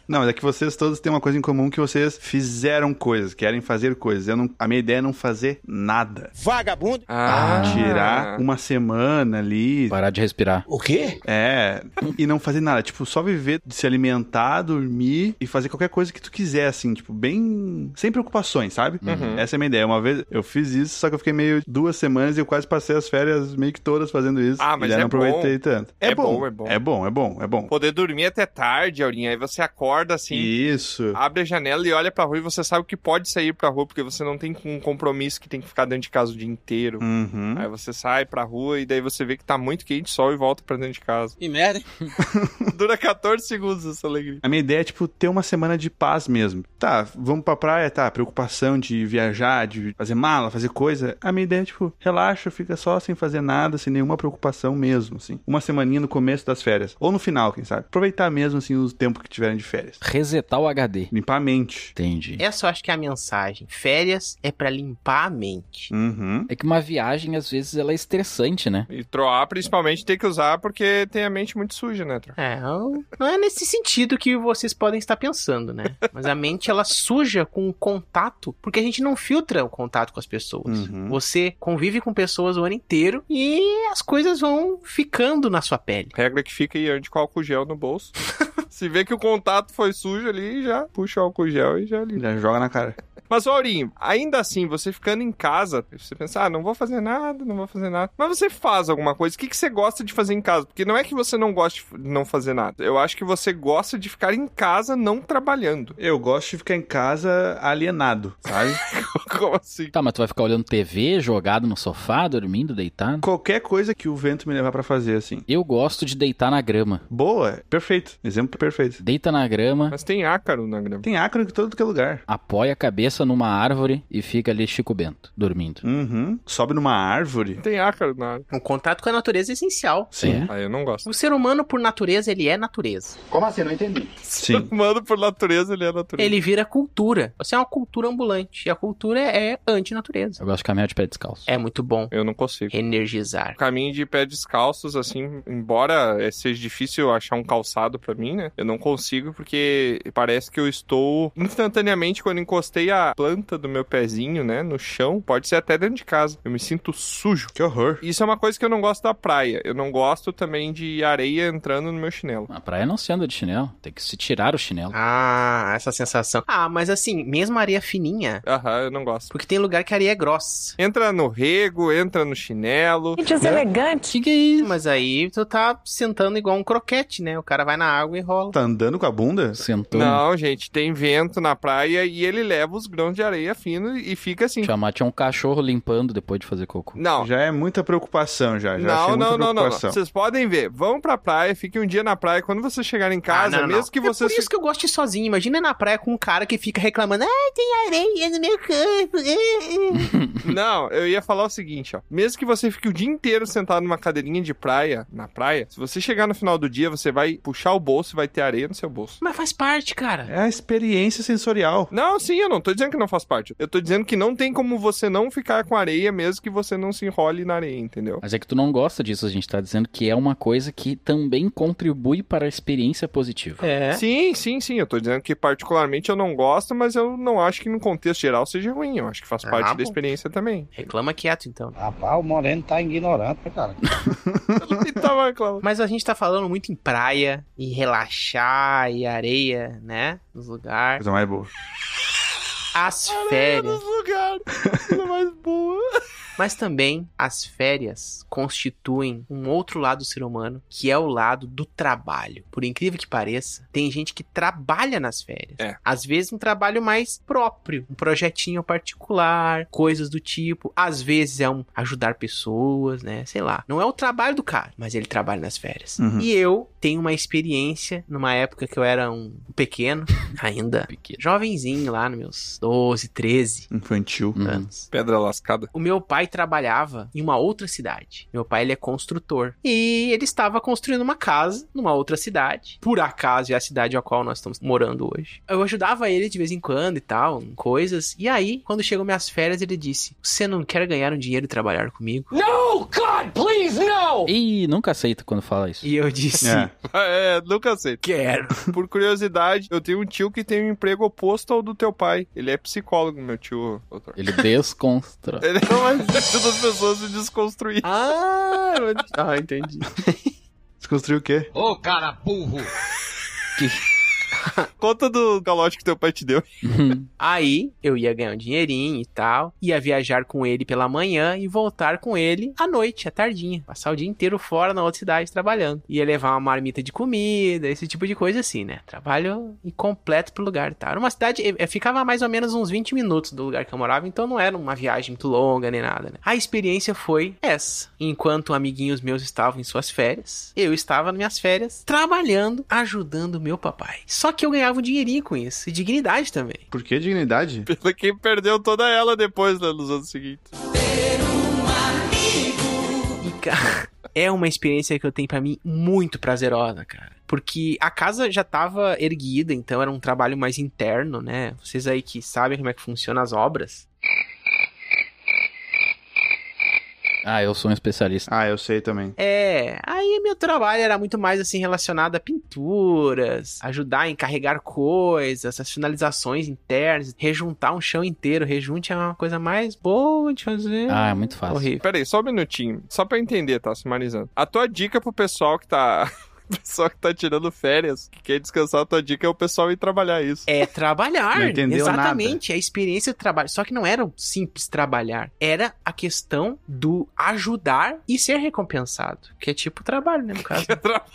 S6: Não, mas é que vocês todos têm uma coisa em comum que vocês fizeram coisas, querem fazer coisas. Eu não... A minha ideia é não fazer nada.
S11: Vagabundo.
S1: Ah,
S6: Tirar um- uma semana ali.
S2: Parar de respirar.
S11: O quê?
S6: É, e não fazer nada, tipo, só viver, de se alimentar, dormir e fazer qualquer coisa que tu quiser, assim, tipo, bem. sem preocupações, sabe?
S1: Uhum.
S6: Essa é a minha ideia. Uma vez eu fiz isso, só que eu fiquei meio duas semanas e eu quase passei as férias meio que todas fazendo isso.
S1: Ah, mas
S6: e daí
S1: é
S6: não aproveitei
S1: bom.
S6: tanto. É,
S1: É
S6: bom,
S1: bom, é bom.
S6: É bom, é bom, é bom.
S1: Poder dormir até tarde, Aurinha. Aí você acorda assim.
S6: Isso.
S1: Abre a janela e olha pra rua e você sabe que pode sair pra rua, porque você não tem um compromisso que tem que ficar dentro de casa o dia inteiro.
S6: Uhum.
S1: Aí você sai pra rua e daí você vê que tá muito quente sol e volta pra dentro de casa.
S8: Que merda. hein?
S1: <laughs> Dura 14 segundos essa alegria.
S6: A minha ideia é, tipo, ter uma semana de paz mesmo. Tá, vamos pra praia, tá, preocupação de viajar, de fazer mala, fazer coisa. A minha ideia é, tipo, relaxa, fica só sem fazer nada, sem nenhuma preocupação mesmo, assim. Uma semaninha no começo das férias. Ou no final, quem sabe. Aproveitar mesmo, assim, o tempo que tiverem de férias.
S2: Resetar o HD.
S6: Limpar a mente.
S2: Entendi.
S3: Essa eu acho que é a mensagem. Férias é pra limpar a mente.
S6: Uhum.
S2: É que uma viagem, às vezes, ela é estressante, né?
S1: E troar principalmente tem que usar porque tem a mente muito suja, né, Tro?
S3: É, eu- não é nesse sentido que vocês podem estar pensando, né? Mas a mente ela suja com o contato, porque a gente não filtra o contato com as pessoas.
S6: Uhum.
S3: Você convive com pessoas o ano inteiro e as coisas vão ficando na sua pele.
S1: Regra que fica e ande com álcool gel no <laughs> bolso. Se vê que o contato foi sujo ali, já puxa o álcool gel e já limpa.
S6: Já joga na cara.
S1: Mas, Aurinho, ainda assim, você ficando em casa, você pensa, ah, não vou fazer nada, não vou fazer nada. Mas você faz alguma coisa. O que, que você gosta de fazer em casa? Porque não é que você não gosta de f- não fazer nada. Eu acho que você gosta de ficar em casa não trabalhando. <laughs>
S6: Eu gosto de ficar em casa alienado, sabe?
S1: Como assim?
S2: Tá, mas tu vai ficar olhando TV, jogado no sofá, dormindo, deitado?
S6: Qualquer coisa que o vento me levar pra fazer, assim.
S2: Eu gosto de deitar na grama.
S6: Boa, perfeito. Exemplo perfeito.
S2: Deita na grama,
S1: Mas tem ácaro na grama.
S6: Tem ácaro em todo que é lugar.
S2: apoia a cabeça numa árvore e fica ali Chico Bento, dormindo.
S6: Uhum. Sobe numa árvore.
S1: Tem ácaro na área.
S3: Um contato com a natureza é essencial.
S6: Sim.
S1: Aí eu não gosto.
S3: O ser humano, por natureza, ele é natureza.
S11: Como assim? Não entendi.
S6: Sim.
S1: Mano, por natureza, ele é natureza.
S3: Ele vira cultura. Você é uma cultura ambulante. E a cultura é antinatureza.
S2: Eu gosto de caminhar de pé descalço.
S3: É muito bom
S1: Eu não consigo. Um
S3: energizar.
S1: Caminho de pé descalços, assim, embora eh, seja difícil achar um calçado pra mim, né? Eu não consigo porque parece que eu estou instantaneamente quando encostei a planta do meu pezinho, né, no chão, pode ser até dentro de casa. Eu me sinto sujo.
S6: <laughs> Que horror.
S1: Isso é uma coisa que eu não gosto da praia. Eu não gosto também de areia entrando no meu chinelo.
S2: Na praia não se anda de chinelo, tem que se tirar o chinelo.
S3: Ah, essa sensação. Ah, mas assim, mesmo areia fininha.
S1: Aham, eu não gosto.
S3: Porque tem lugar que a areia é grossa.
S1: Entra no rego, entra no chinelo.
S9: Gente, deselegante.
S2: Que que é isso?
S3: Mas aí tu tá sentando igual um croquete, né? O cara vai na água e rola.
S6: Tá andando com a bunda?
S2: Sentou.
S1: Não, gente, tem vento na praia e ele leva os grãos de areia fino e fica assim.
S2: Chamate é um cachorro limpando depois de fazer cocô.
S1: Não,
S6: Já é muita preocupação, já. já achei
S1: Não,
S6: muita
S1: não, não, não, não.
S6: preocupação.
S1: Vocês podem ver. Vão pra praia, fiquem um dia na praia. Quando vocês chegarem em casa,
S3: Ah, não, não,
S1: mesmo
S3: não.
S1: que
S3: É
S1: vocês.
S3: por isso que eu gosto de ir sozinho. Imagina na praia com um cara que fica reclamando. Ai, tem areia no meu corpo. eh, eh".
S1: <laughs> Não, eu ia falar o seguinte, ó. Mesmo que você fique o dia inteiro sentado numa cadeirinha de praia, na praia, se você chegar no final do dia, você vai puxar o bolso e vai ter areia no seu bolso.
S3: Mas faz parte, cara.
S6: É a experiência sensorial.
S1: Não, sim, eu não tô dizendo que não faz parte. Eu tô dizendo que não tem como você não ficar com areia mesmo que você não se enrole na areia, entendeu?
S2: Mas é que tu não gosta disso, a gente tá dizendo que é uma coisa que também contribui para a experiência positiva.
S3: É.
S1: Sim, sim, sim. Eu tô dizendo que particularmente eu não gosto, mas eu não acho que no contexto geral seja ruim. Eu acho que faz
S3: Ah,
S1: parte
S3: bom.
S1: da experiência também. <laughs>
S3: Reclama quieto, então.
S11: Rapaz, o Moreno tá ignorante, né, cara.
S1: E tava reclamando.
S3: Mas a gente tá falando muito em praia e relaxar e areia, né? Nos lugares.
S6: Coisa mais boa.
S3: As
S1: Era
S3: férias.
S1: os lugares. Coisa mais boa.
S3: Mas também as férias constituem um outro lado do ser humano, que é o lado do trabalho. Por incrível que pareça, tem gente que trabalha nas férias.
S1: É.
S3: Às vezes um trabalho mais próprio, um projetinho particular, coisas do tipo. Às vezes é um ajudar pessoas, né? Sei lá. Não é o trabalho do cara, mas ele trabalha nas férias.
S6: Uhum.
S3: E eu tenho uma experiência numa época que eu era um pequeno, <laughs> ainda
S2: Pequeno.
S3: jovenzinho lá nos meus 12, 13
S6: Infantil.
S2: Uhum.
S3: anos.
S1: Pedra lascada. <laughs>
S3: O meu pai trabalhava em uma outra cidade. Meu pai ele é construtor e ele estava construindo uma casa numa outra cidade. Por acaso é a cidade a qual nós estamos morando hoje. Eu ajudava ele de vez em quando e tal, em coisas. E aí, quando chegou minhas férias, ele disse: "Você não quer ganhar um dinheiro e trabalhar comigo?"
S5: No, God, please, no!
S2: Ih, nunca aceita quando fala isso.
S3: E eu disse:
S6: É.
S1: É, nunca aceito.
S3: "Quero".
S1: Por curiosidade, eu tenho um tio que tem um emprego oposto ao do teu pai. Ele é psicólogo, meu tio. doutor.
S2: Ele
S1: <laughs>
S2: desconstrói.
S1: Ele é não ajuda as pessoas a se desconstruir.
S3: <laughs> ah, ah, entendi.
S6: Você construiu o quê?
S5: Ô, cara burro!
S1: Conta do calote que teu pai te deu. <laughs>
S3: Aí eu ia ganhar um dinheirinho e tal, ia viajar com ele pela manhã e voltar com ele à noite, à tardinha. Passar o dia inteiro fora na outra cidade trabalhando. Ia levar uma marmita de comida, esse tipo de coisa assim, né? Trabalho incompleto pro lugar, tá? Era uma cidade, eh, eh, ficava mais ou menos uns 20 minutos do lugar que eu morava, então não era uma viagem muito longa nem nada, né? A experiência foi essa. Enquanto amiguinhos meus estavam em suas férias, eu estava nas minhas férias trabalhando, ajudando meu papai. Só que eu ganhava um dinheirinho com isso, e dignidade também.
S6: Por que dignidade?
S1: Pelo que perdeu toda ela depois, né, nos anos seguintes.
S3: E, cara, é uma experiência que eu tenho pra mim muito prazerosa, cara. Porque a casa já tava erguida, então era um trabalho mais interno, né? Vocês aí que sabem como é que funcionam as obras.
S2: Ah, eu sou um especialista.
S6: Ah, eu sei também. <laughs>
S3: É, aí meu trabalho era muito mais assim relacionado a pinturas, ajudar a encarregar coisas, as finalizações internas, rejuntar um chão inteiro. Rejunte é uma coisa mais boa de fazer.
S2: Ah, é muito fácil.
S3: Horrível.
S1: Pera aí, só um minutinho. Só pra eu entender, tá? Sumarizando. A tua dica pro pessoal que tá. <laughs> Pessoal que tá tirando férias, que quer descansar, a tua dica é o pessoal ir trabalhar isso.
S3: É trabalhar.
S6: Não entendeu
S3: Exatamente, é a experiência do trabalho. Só que não era um simples trabalhar. Era a questão do
S6: <laughs>
S3: ajudar e ser recompensado. Que é tipo trabalho, né, no caso.
S1: Trabalho.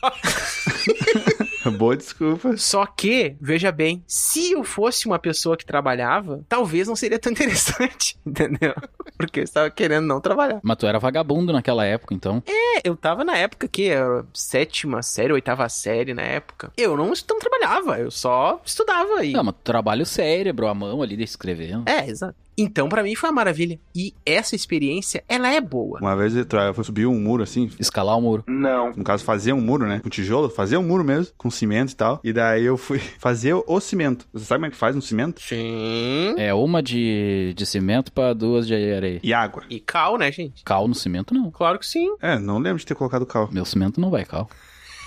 S6: Boa desculpa.
S3: Só que, veja bem, se eu fosse uma pessoa que trabalhava, talvez não seria tão <laughs> interessante, entendeu? Porque eu estava querendo não trabalhar.
S2: Mas tu era vagabundo naquela época, então.
S3: É, eu tava na época que era sétima série, oitava série na época. Eu não, não trabalhava, eu só estudava aí.
S2: Não, mas tu trabalha o cérebro, a mão ali né? escrevendo.
S3: É, exato. Então, pra mim foi uma maravilha. E essa experiência, ela é boa.
S6: Uma vez eu tra- eu fui subir um muro assim.
S2: Escalar um muro.
S6: Não. No caso, fazer um muro, né? Com tijolo, fazer um muro mesmo, com cimento e tal. E daí eu fui <laughs> fazer o cimento. Você sabe como é que faz um cimento?
S3: Sim.
S2: É uma de, de cimento pra duas de areia.
S6: E água.
S3: E cal, né, gente?
S2: Cal no cimento, não.
S3: Claro que sim.
S6: É, não lembro de ter colocado cal.
S2: Meu cimento não vai cal.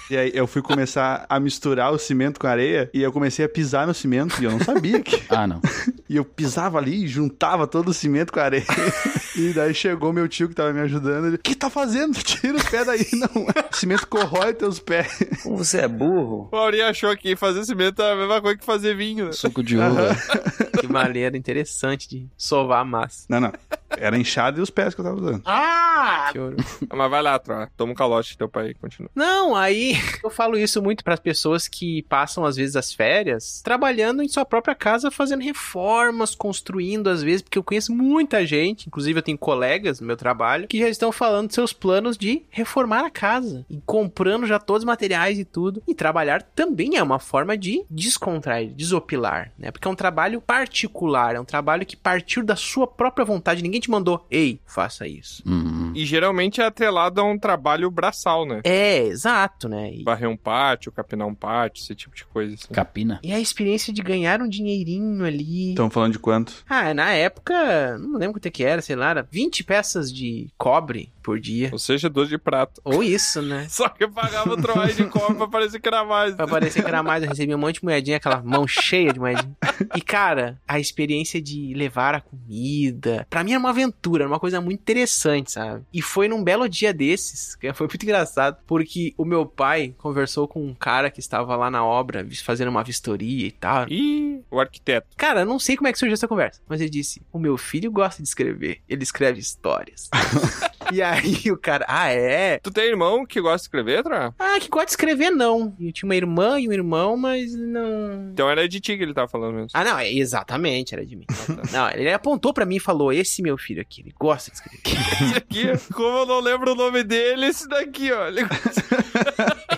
S6: E aí eu fui começar a misturar o cimento com a areia e eu comecei a pisar no cimento e eu não sabia que. <laughs>
S2: Ah, não.
S6: E eu pisava ali e juntava todo o cimento com a areia. E daí chegou meu tio que tava me ajudando. Ele, o que tá fazendo? Tira o pé daí, não. <laughs> O cimento corrói teus pés.
S1: Você é burro. O Auri achou que fazer cimento é a mesma coisa que fazer vinho.
S2: Suco de uva.
S3: Que maneira interessante de sovar a massa.
S6: Não, não. Era inchado e os pés que eu tava usando.
S3: Ah! Que horror.
S1: Mas vai lá, Troa. Toma um calote do teu pai e continua.
S3: Não, aí <laughs> eu falo isso muito para as pessoas que passam às vezes as férias trabalhando em sua própria casa, fazendo reformas, construindo às vezes, porque eu conheço muita gente, inclusive eu tenho colegas no meu trabalho que já estão falando de seus planos de reformar a casa e comprando já todos os materiais e tudo. E trabalhar também é uma forma de descontrair, desopilar, né? Porque é um trabalho particular, é um trabalho que partiu da sua própria vontade, ninguém te mandou, ei, faça isso.
S2: Uhum.
S1: E geralmente é atrelado a um trabalho braçal, né?
S3: É, exato, né? E-
S1: Barrer um pátio, capinar um pátio, esse tipo de coisa. Assim.
S2: Capina.
S3: E a experiência de ganhar um dinheirinho ali.
S6: Estão falando de quanto?
S3: Ah, na época, não lembro quanto é que era, sei lá, era 20 peças de cobre por dia.
S1: Ou seja, doce de prato. <laughs>
S3: Ou isso, né?
S1: Só que eu pagava o Troy de cobre pra parecer que era mais.
S3: Pra parecer que era mais, eu recebia um monte de moedinha, aquela mão cheia de moedinha. E, cara, a experiência de levar a comida, pra mim era uma aventura, era uma coisa muito interessante, sabe? E foi num belo dia desses, que foi muito engraçado, porque o meu pai conversou com um cara que estava lá na obra, fazendo uma vistoria e tal.
S1: Ih, o arquiteto.
S3: Cara, eu não sei como é que surgiu essa conversa, mas ele disse: O meu filho gosta de escrever, ele escreve histórias. e aí o cara, ah, é?
S1: Tu tem irmão que gosta de escrever, Troy?
S3: Ah, que gosta de escrever, não. Eu tinha uma irmã e um irmão, mas não.
S1: Então era de ti que ele tava falando mesmo.
S3: Ah, não, é- exatamente, era de mim. não, ele apontou pra mim e falou: Esse meu filho aqui, ele gosta de escrever. <laughs>
S1: Esse aqui, como eu não lembro o nome dele, é esse daqui, ó. Ele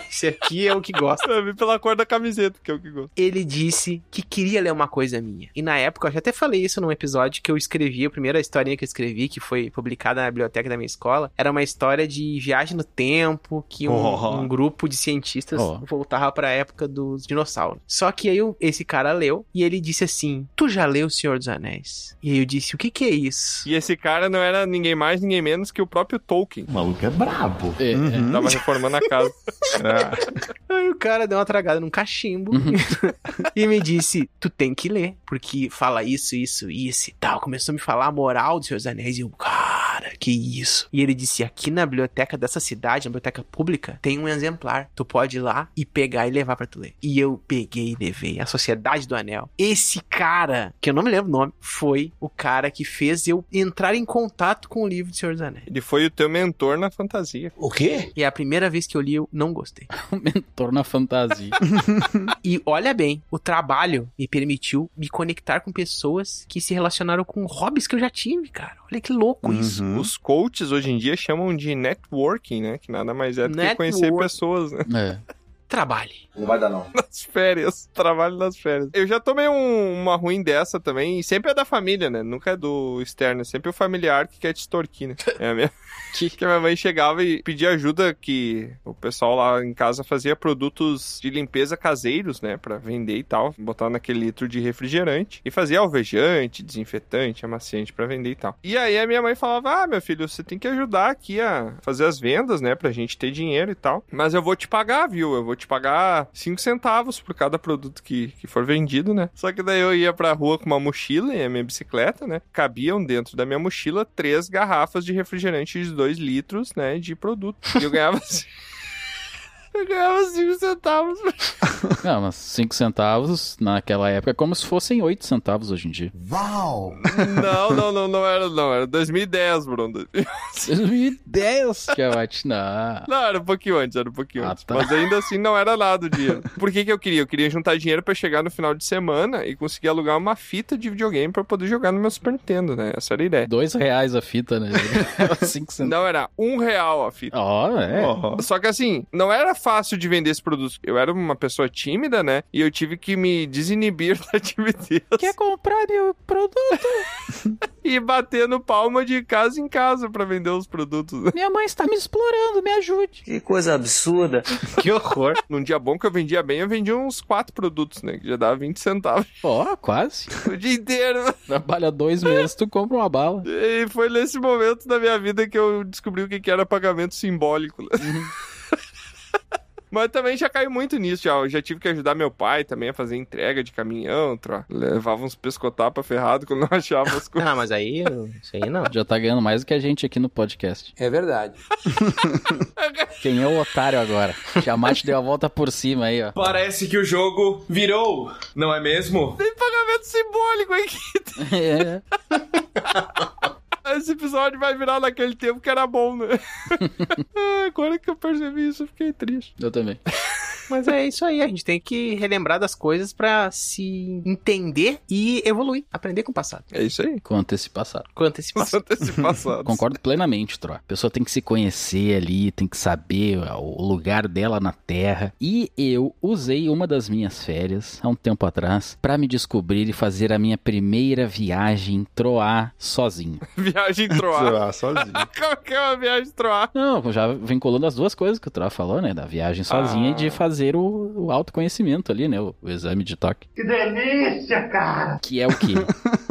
S3: Esse aqui é o que gosta.
S1: Eu vi pela cor da camiseta, que é o que gosto.
S3: ele disse que queria ler uma coisa minha. E na época, eu já até falei isso num episódio que eu escrevi, a primeira historinha que eu escrevi, que foi publicada na biblioteca da minha escola, era uma história de viagem no tempo, que um,
S6: Oh.
S3: um grupo de cientistas
S2: Oh.
S3: voltava pra época dos dinossauros. Só que aí o- esse cara leu, e ele disse assim, tu já leu O Senhor dos Anéis? E aí eu disse, o que que é isso?
S1: E esse cara não era ninguém mais, ninguém menos que o próprio Tolkien.
S14: O maluco é brabo.
S2: É, é.
S6: Uhum. Hum?
S1: Tava reformando a casa.
S6: Ah,
S3: Aí o cara deu uma tragada num cachimbo <laughs> e me disse: Tu tem que ler, porque fala isso, isso, isso e tal. Começou a me falar a moral dos seus anéis e eu, cara, que isso. E ele disse: Aqui na biblioteca dessa cidade, na biblioteca pública, tem um exemplar. Tu pode ir lá e pegar e levar pra tu ler. E eu peguei e levei. A Sociedade do Anel. Esse cara, que eu não me lembro o nome, foi o cara que fez eu entrar em contato com o livro do Senhor dos Anéis.
S1: Ele foi o teu mentor na fantasia.
S14: O quê?
S3: E é a primeira vez que eu li, eu não gostei.
S2: Mentor na fantasia.
S3: E olha bem, o trabalho me permitiu me conectar com pessoas que se relacionaram com hobbies que eu já tive, cara. Olha que louco isso.
S6: uhum.
S1: Os coaches hoje em dia chamam de networking, né? Que nada mais é do que conhecer
S3: Network.
S1: pessoas, né?
S2: é.
S3: Trabalhe.
S14: Não vai dar, não.
S1: Nas férias. Trabalho nas férias. Eu já tomei um- uma ruim dessa também. E sempre é da família, né? Nunca é do externo. É sempre o familiar que quer te extorquir, né? É a minha... que... a minha mãe chegava e pedia ajuda que o pessoal lá em casa fazia produtos de limpeza caseiros, né? Pra vender e tal. Botar naquele litro de refrigerante. E fazia alvejante, desinfetante, amaciante pra vender e tal. E aí a minha mãe falava, ah, meu filho, você tem que ajudar aqui a fazer as vendas, né? Pra gente ter dinheiro e tal. Mas eu vou te pagar, viu? Eu vou te pagar 5 centavos por cada produto que, que for vendido, né? Só que daí eu ia pra rua com uma mochila e a minha bicicleta, né? Cabiam dentro da minha mochila três garrafas de refrigerante de 2 <laughs> litros, né? De produto. E eu ganhava. Eu ganhava 5 centavos.
S2: Não, mas 5 centavos naquela época é como se fossem 8 centavos hoje em dia.
S1: Uau! Não, não, não, não era, não. Era 2010, Bruno.
S2: 2010, Tiamat, não.
S1: Não, era um pouquinho antes, era um pouquinho antes. Mas ainda assim não era lá do dia. Por que que eu queria? Eu queria juntar dinheiro pra chegar no final de semana e conseguir alugar uma fita de videogame pra poder jogar no meu Super Nintendo, né? Essa era a ideia.
S2: 2 reais a fita, né? 5 centavos.
S1: Não, era um real a fita.
S2: Ó, é.
S1: Só que assim, não era fácil de vender esse produto. Eu era uma pessoa tímida, né? E eu tive que me desinibir <laughs> da timidez.
S2: Quer comprar meu produto?
S1: e batendo palma de casa em casa pra vender os produtos. né?
S2: Minha mãe está me explorando, me ajude.
S1: Que coisa absurda. que horror. Num dia bom que eu vendia bem, eu vendia uns quatro produtos, né? Que já dava 20 centavos. <laughs>
S2: Ó, quase.
S1: O dia inteiro.
S2: Trabalha dois meses, tu compra uma bala.
S1: E foi nesse momento da minha vida que eu descobri o que que era pagamento simbólico. né?
S15: Uhum.
S1: <laughs> Mas também já caiu muito nisso, já. Eu já tive que ajudar meu pai também a fazer entrega de caminhão, tro. Levava uns pescotapa ferrado quando não achava as coisas.
S3: <laughs> Ah, mas aí, isso aí não.
S2: <laughs> Já tá ganhando mais do que a gente aqui no podcast.
S3: É verdade.
S2: <laughs> Quem é o otário agora? Tiamat deu a volta por cima aí, ó.
S15: <laughs> Parece que o jogo virou, não é mesmo?
S1: Tem pagamento simbólico aqui.
S2: <laughs> É.
S1: Esse episódio vai virar naquele tempo que era
S15: <laughs>
S1: bom, né? Ah, Agora que eu percebi isso, eu fiquei triste.
S2: Eu também.
S3: Mas é isso aí, a gente tem que relembrar das coisas pra se entender e evoluir, aprender com o passado.
S1: É isso aí.
S2: Quanto esse passado.
S3: Quanto esse <laughs> passado.
S1: Quanto esse
S15: <laughs>
S1: passado.
S2: Concordo plenamente, Tro. A pessoa tem que se conhecer ali, tem que saber o lugar dela na Terra. E eu usei uma das minhas férias, há um tempo atrás, pra me descobrir e fazer a minha primeira viagem troar sozinho.
S1: Viagem
S15: <laughs>
S1: troar.
S6: sozinho.
S1: Como que é uma viagem troar?
S2: Não, já vinculando as duas coisas que o Troa falou, né? Da viagem sozinha e de fazer o, o autoconhecimento ali, né? O, o exame de toque.
S5: Que delícia, cara!
S2: Que é o que?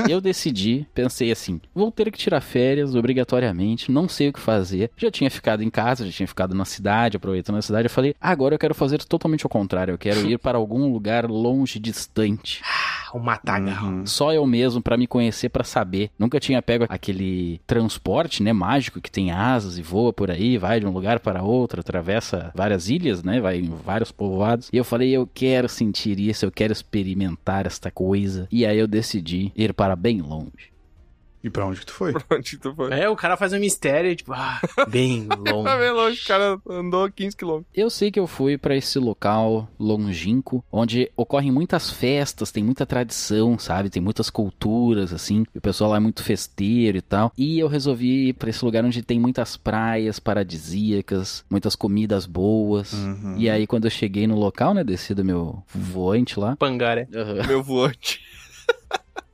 S2: eu decidi, pensei assim: vou ter que tirar férias obrigatoriamente, não sei o que fazer. Já tinha ficado em casa, já tinha ficado na cidade, aproveitando a cidade. Eu falei: agora eu quero fazer totalmente o contrário. Eu quero ir para algum lugar longe, distante.
S3: Ah, O
S2: Tá,
S3: matagal.
S6: Uhum.
S2: Só eu mesmo pra me conhecer, pra saber. Nunca tinha pego aquele transporte, né, mágico que tem asas e voa por aí, vai de um lugar para outro, atravessa várias ilhas, né, vai em vários povoados. E eu falei, eu quero sentir isso, eu quero experimentar esta coisa. E aí eu decidi ir para bem longe.
S6: E pra onde que tu foi?
S2: Uhum.
S1: Onde tu foi?
S3: É, o cara faz um mistério, tipo, ah, <laughs> bem
S1: Tá
S3: longe.
S1: bem longe, o cara andou 15 quilômetros.
S2: Eu sei que eu fui pra esse local longínquo, onde ocorrem muitas festas, tem muita tradição, sabe? Tem muitas culturas, assim. E o pessoal lá é muito festeiro e tal. E eu resolvi ir pra esse lugar onde tem muitas praias paradisíacas, muitas comidas boas.
S6: Uhum.
S2: E aí, quando eu cheguei no local, né? Desci do meu voante lá.
S3: Pangaré.
S1: Meu voante.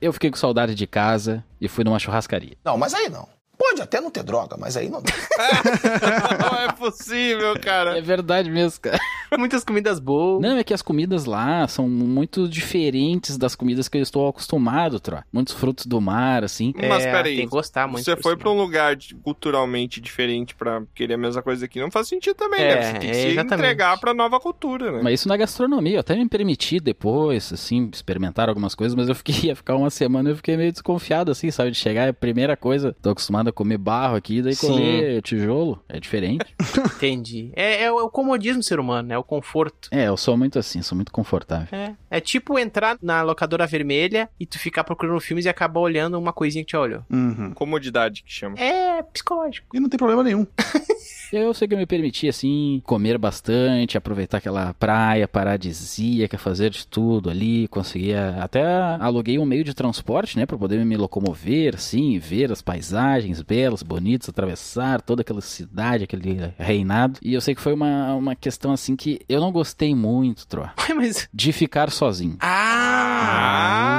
S2: Eu fiquei com saudade de casa e fui numa churrascaria.
S16: Não, mas aí não. Pode até não ter droga, mas aí não dá.
S1: <laughs> Não é possível, cara.
S2: É verdade mesmo, cara.
S3: Muitas comidas boas.
S2: Não, é que as comidas lá são muito diferentes das comidas que eu estou acostumado, tro. Muitos frutos do mar, assim.
S1: Mas
S3: É,
S1: peraí.
S3: Tem que gostar muito.
S1: Você
S3: por
S1: foi
S3: cima.
S1: pra um lugar de- culturalmente diferente pra querer a mesma coisa aqui, não faz sentido também,
S3: É,
S1: né? Você tem que
S3: é,
S1: se
S3: exatamente.
S1: entregar pra nova cultura, né?
S2: Mas isso na gastronomia, eu até me permiti depois, assim, experimentar algumas coisas, mas eu fiquei, <laughs> ia ficar uma semana, eu fiquei meio desconfiado, assim, sabe? De chegar, é a primeira coisa, tô acostumado a comer barro aqui, daí
S3: Sim.
S2: comer tijolo, é diferente. <laughs>
S3: Entendi. É, é o é o comodismo do ser humano, né? O conforto.
S2: é, eu sou muito assim, sou muito confortável.
S3: É. É tipo entrar na locadora vermelha e tu ficar procurando filmes e acabar olhando uma coisinha que te olhou.
S6: <laughs> Uhum.
S1: Comodidade que chama.
S3: É psicológico. <laughs>
S6: E não tem problema nenhum.
S2: Eu sei que eu me permiti, assim, comer bastante, aproveitar aquela praia paradisíaca, fazer de tudo ali, conseguia... Até aluguei um meio de transporte, né, pra poder me locomover, assim, ver as paisagens belas, bonitas, atravessar toda aquela cidade, aquele reinado. E eu sei que foi uma, uma questão, assim, que eu não gostei muito, Tro,
S3: Mas.
S2: de ficar sozinho.
S3: Ah!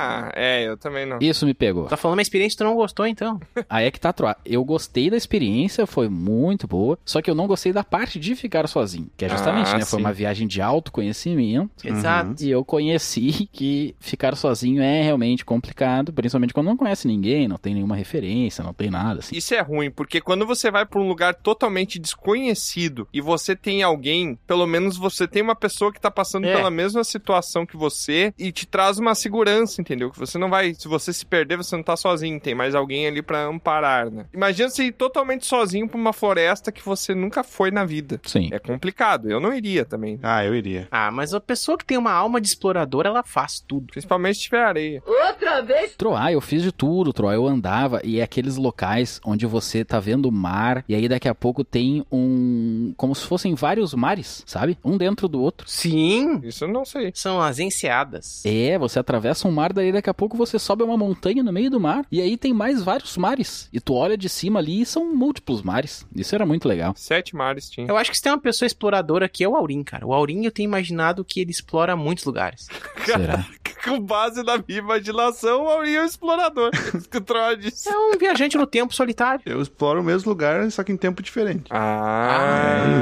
S1: Ah, é, eu também não.
S2: Isso me pegou.
S3: Tá falando uma experiência que tu não gostou, então.
S2: Aí é que tá, Troa. Eu gostei da experiência, foi muito boa. Só que eu não gostei da parte de ficar sozinho. Que é justamente,
S1: Ah,
S2: né? Foi
S1: sim.
S2: uma viagem de autoconhecimento.
S3: Exato.
S2: E eu conheci <laughs> que ficar sozinho é realmente complicado, principalmente quando não conhece ninguém, não tem nenhuma referência, não tem nada, assim.
S1: Isso é ruim, porque quando você vai pra um lugar totalmente desconhecido e você tem alguém, pelo menos você tem uma pessoa que tá passando
S3: É.
S1: pela mesma situação que você e te traz uma segurança, entendeu? Que Você não vai, se você se perder, você não tá sozinho, tem mais alguém ali pra amparar, né? Imagina você ir totalmente sozinho pra uma floresta que você nunca foi na vida.
S2: Sim.
S1: É complicado, eu não iria também. né?
S6: Ah, eu iria.
S3: Ah, mas a pessoa que tem uma alma de explorador, ela faz tudo.
S1: Principalmente se tiver areia.
S8: Outra vez?
S2: Troar, É, ah, eu fiz de tudo, Troar. Eu andava e é aqueles locais onde você tá vendo o mar e aí daqui a pouco tem um. como se fossem vários mares, sabe? Um dentro do outro.
S3: Sim.
S1: Isso eu não sei.
S3: São as enseadas.
S2: É, você atravessa um mar, daí daqui a pouco você sobe uma montanha no meio do mar e aí tem mais vários mares. E tu olha de cima ali e são múltiplos mares. Isso era muito legal.
S1: Sete mares tinha.
S3: Eu acho que se tem uma pessoa exploradora aqui é o Aurim, cara. O Aurim eu tenho imaginado que ele explora muitos lugares.
S2: Será?
S1: Com base na minha imaginação, o Aurim é um <laughs> explorador. Isso que o Troy disse.
S3: É um viajante no tempo solitário.
S6: Eu exploro o mesmo lugar, só que em tempo diferente.
S1: Ah,
S6: é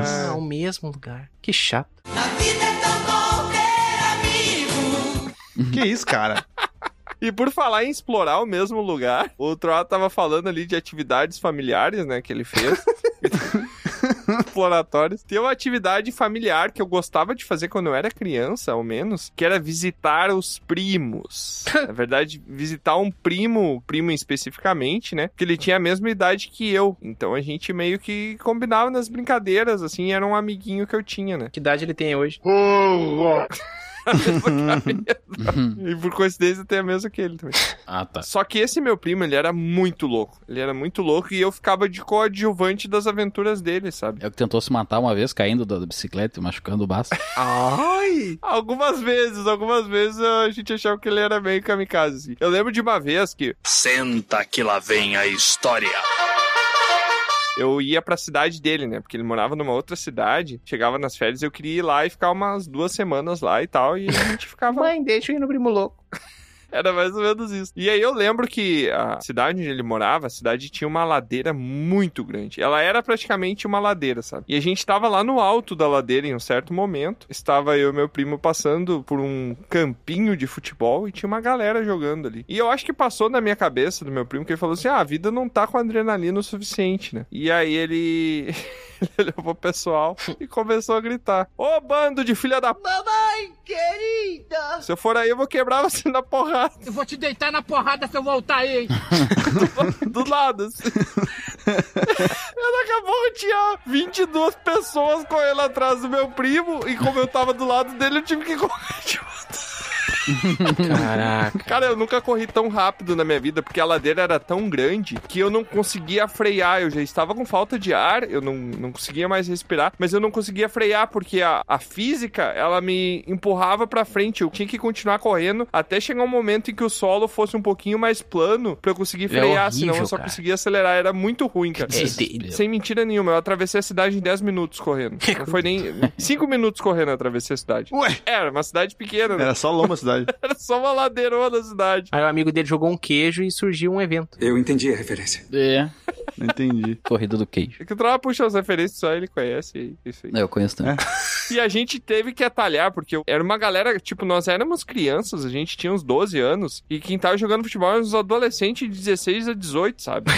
S3: Ah,
S6: isso.
S3: o mesmo lugar. Que chato.
S6: Que isso, cara?
S1: E por falar em explorar o mesmo lugar, o Troá tava falando ali de atividades familiares, né, que ele
S6: <laughs>
S1: fez. Exploratórios. Tem uma atividade familiar que eu gostava de fazer quando eu era criança, ao menos, que era visitar os
S6: <laughs>
S1: primos. Na verdade, visitar um primo, primo especificamente, né? Que ele tinha a mesma idade que eu. Então a gente meio que combinava nas brincadeiras, assim, era um amiguinho que eu tinha, né?
S3: Que idade ele tem hoje?
S2: Uhum.
S1: E por coincidência tem a mesma que ele também.
S2: ah, tá.
S1: Só que esse meu primo, ele era muito louco. Ele era muito louco e eu ficava de coadjuvante das aventuras dele, sabe?
S2: É o que tentou se matar uma vez caindo da da bicicleta e machucando o baço.
S1: Ai! Algumas vezes, algumas vezes a gente achava que ele era meio kamikaze, assim. Eu lembro de uma vez que
S14: Senta que lá vem a história.
S1: eu ia pra cidade dele, né? Porque ele morava numa outra cidade. Chegava nas férias, eu queria ir lá e ficar umas duas semanas lá e tal. E a gente <laughs> ficava
S3: Mãe, deixa eu ir no primo louco.
S1: Era mais ou menos isso. E aí eu lembro que a cidade onde ele morava, a cidade tinha uma ladeira muito grande. Ela era praticamente uma ladeira, sabe? E a gente tava lá no alto da ladeira em um certo momento. Estava eu e meu primo passando por um campinho de futebol e tinha uma galera jogando ali. E eu acho que passou na minha cabeça do meu primo que ele falou assim: ah, a vida não tá com adrenalina o suficiente, né? E aí ele. <laughs> ele olhou pro pessoal e começou a gritar: Ô bando de filha da p.
S5: Mamãe querida!
S1: Se eu for aí, eu vou quebrar você na porrada.
S5: Eu vou te deitar na porrada se eu voltar aí, hein?
S1: <laughs> do lado. Assim. eu daqui a pouco tinha 22 pessoas correndo atrás do meu primo e como eu tava do lado dele, eu tive que correr. de volta.
S3: Caraca.
S1: Cara, eu nunca corri tão rápido na minha vida porque a ladeira era tão grande que eu não conseguia frear. Eu já estava com falta de ar, eu não, não conseguia mais respirar, mas eu não conseguia frear porque a, a física ela me empurrava pra frente. Eu tinha que continuar correndo até chegar um momento em que o solo fosse um pouquinho mais plano pra eu conseguir
S3: É
S1: frear,
S3: horrível,
S1: senão eu só
S3: cara.
S1: conseguia acelerar. Era muito ruim, cara.
S3: É, de-
S1: Sem mentira nenhuma, eu atravessei a cidade em 10 minutos correndo. Não foi nem 5 minutos correndo eu atravessei a cidade.
S6: <laughs> Ué,
S1: Era uma cidade pequena, né?
S6: era só lomba a cidade.
S1: Era só uma ladeirona da cidade.
S3: Aí o amigo dele jogou um queijo e surgiu um evento.
S17: Eu entendi a referência.
S2: <laughs> É.
S6: Não entendi.
S2: Corrida do queijo.
S1: É que o Troá puxa as referências só ele conhece isso aí.
S2: É, eu conheço também.
S1: E a gente teve que atalhar, porque era uma galera, tipo, nós éramos crianças, a gente tinha uns 12 anos, e quem tava jogando futebol eram uns adolescentes de 16 a 18, sabe?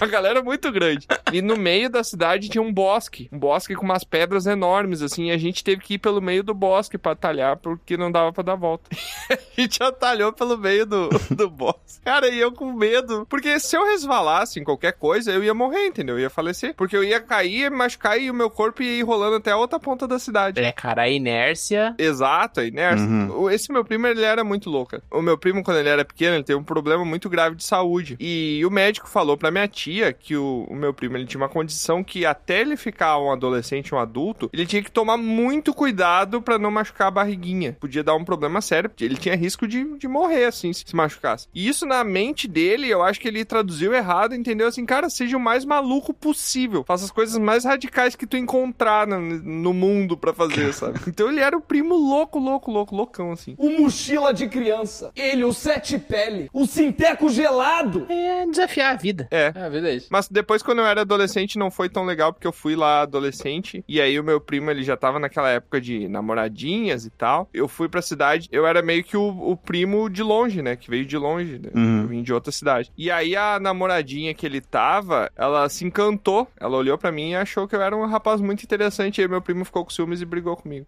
S1: uma galera muito grande. E no meio da cidade tinha um bosque, um bosque com umas pedras enormes, assim, e a gente teve que ir pelo meio do bosque pra atalhar, porque não dava pra dar volta. <laughs> a gente atalhou pelo meio do, do bosque. Cara, e eu com medo, porque se eu resvalasse em qualquer coisa, eu ia morrer, entendeu? Eu ia falecer, porque eu ia cair, me machucar e o meu corpo ia ir rolando até a outra ponta da cidade.
S3: É, cara, a inércia.
S1: Exato, a inércia. O- Esse meu primo, ele era muito louco. O meu primo, quando ele era pequeno, ele teve um problema muito grave de saúde. E o médico falou pra minha tia que o, o meu primo, ele tinha uma condição que até ele ficar um adolescente, um adulto, ele tinha que tomar muito cuidado pra não machucar a barriguinha. Podia dar um problema sério, porque ele tinha risco de, de morrer, assim, se se machucasse. E isso na mente dele, eu acho que ele traduziu errado, entendeu? Assim, cara, seja o mais maluco possível. Faça as coisas mais radicais que tu encontrar no, no mundo pra fazer, sabe? Então ele era o primo louco, louco, louco, loucão, assim.
S18: O mochila de criança. Ele, o sete pele. O sinteco gelado.
S3: É desafiar a vida.
S1: É.
S2: É, a vida é isso.
S1: Mas depois, quando eu era adolescente, não foi tão legal, porque eu fui lá adolescente, e aí o meu primo, ele já tava naquela época de namoradinhas e tal. Eu fui pra cidade, eu era meio que o, o primo de longe, né? Que veio de longe, né?
S6: Uhum.
S1: Eu vim de outra cidade. E aí a namoradinha que ele tava, ela se encantou, ela olhou pra mim e achou que eu era um rapaz muito interessante, e aí meu primo ficou com ciúmes e brigou comigo.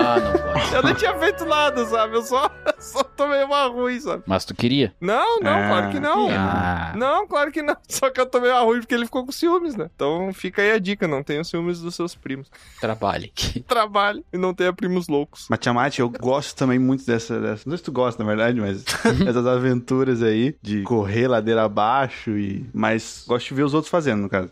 S2: Ah, não pode.
S1: Eu não tinha feito nada, sabe? Eu só, <laughs> só tomei uma ruim, sabe?
S2: Mas tu queria?
S1: Não, não,
S2: Ah,
S1: claro que não.
S2: ah.
S1: Não, claro que não. <laughs> Só que eu tomei uma ruim porque ele ficou com ciúmes, né? Então fica aí a dica, não tenha ciúmes dos seus primos.
S2: Trabalhe.
S1: Trabalhe e não tenha primos loucos.
S6: Mas Tiamat, eu gosto também muito dessa, dessa. Não sei se tu gosta, na verdade, <laughs> mas essas aventuras aí de correr ladeira abaixo e. Mas gosto de ver os outros fazendo, no <laughs> caso.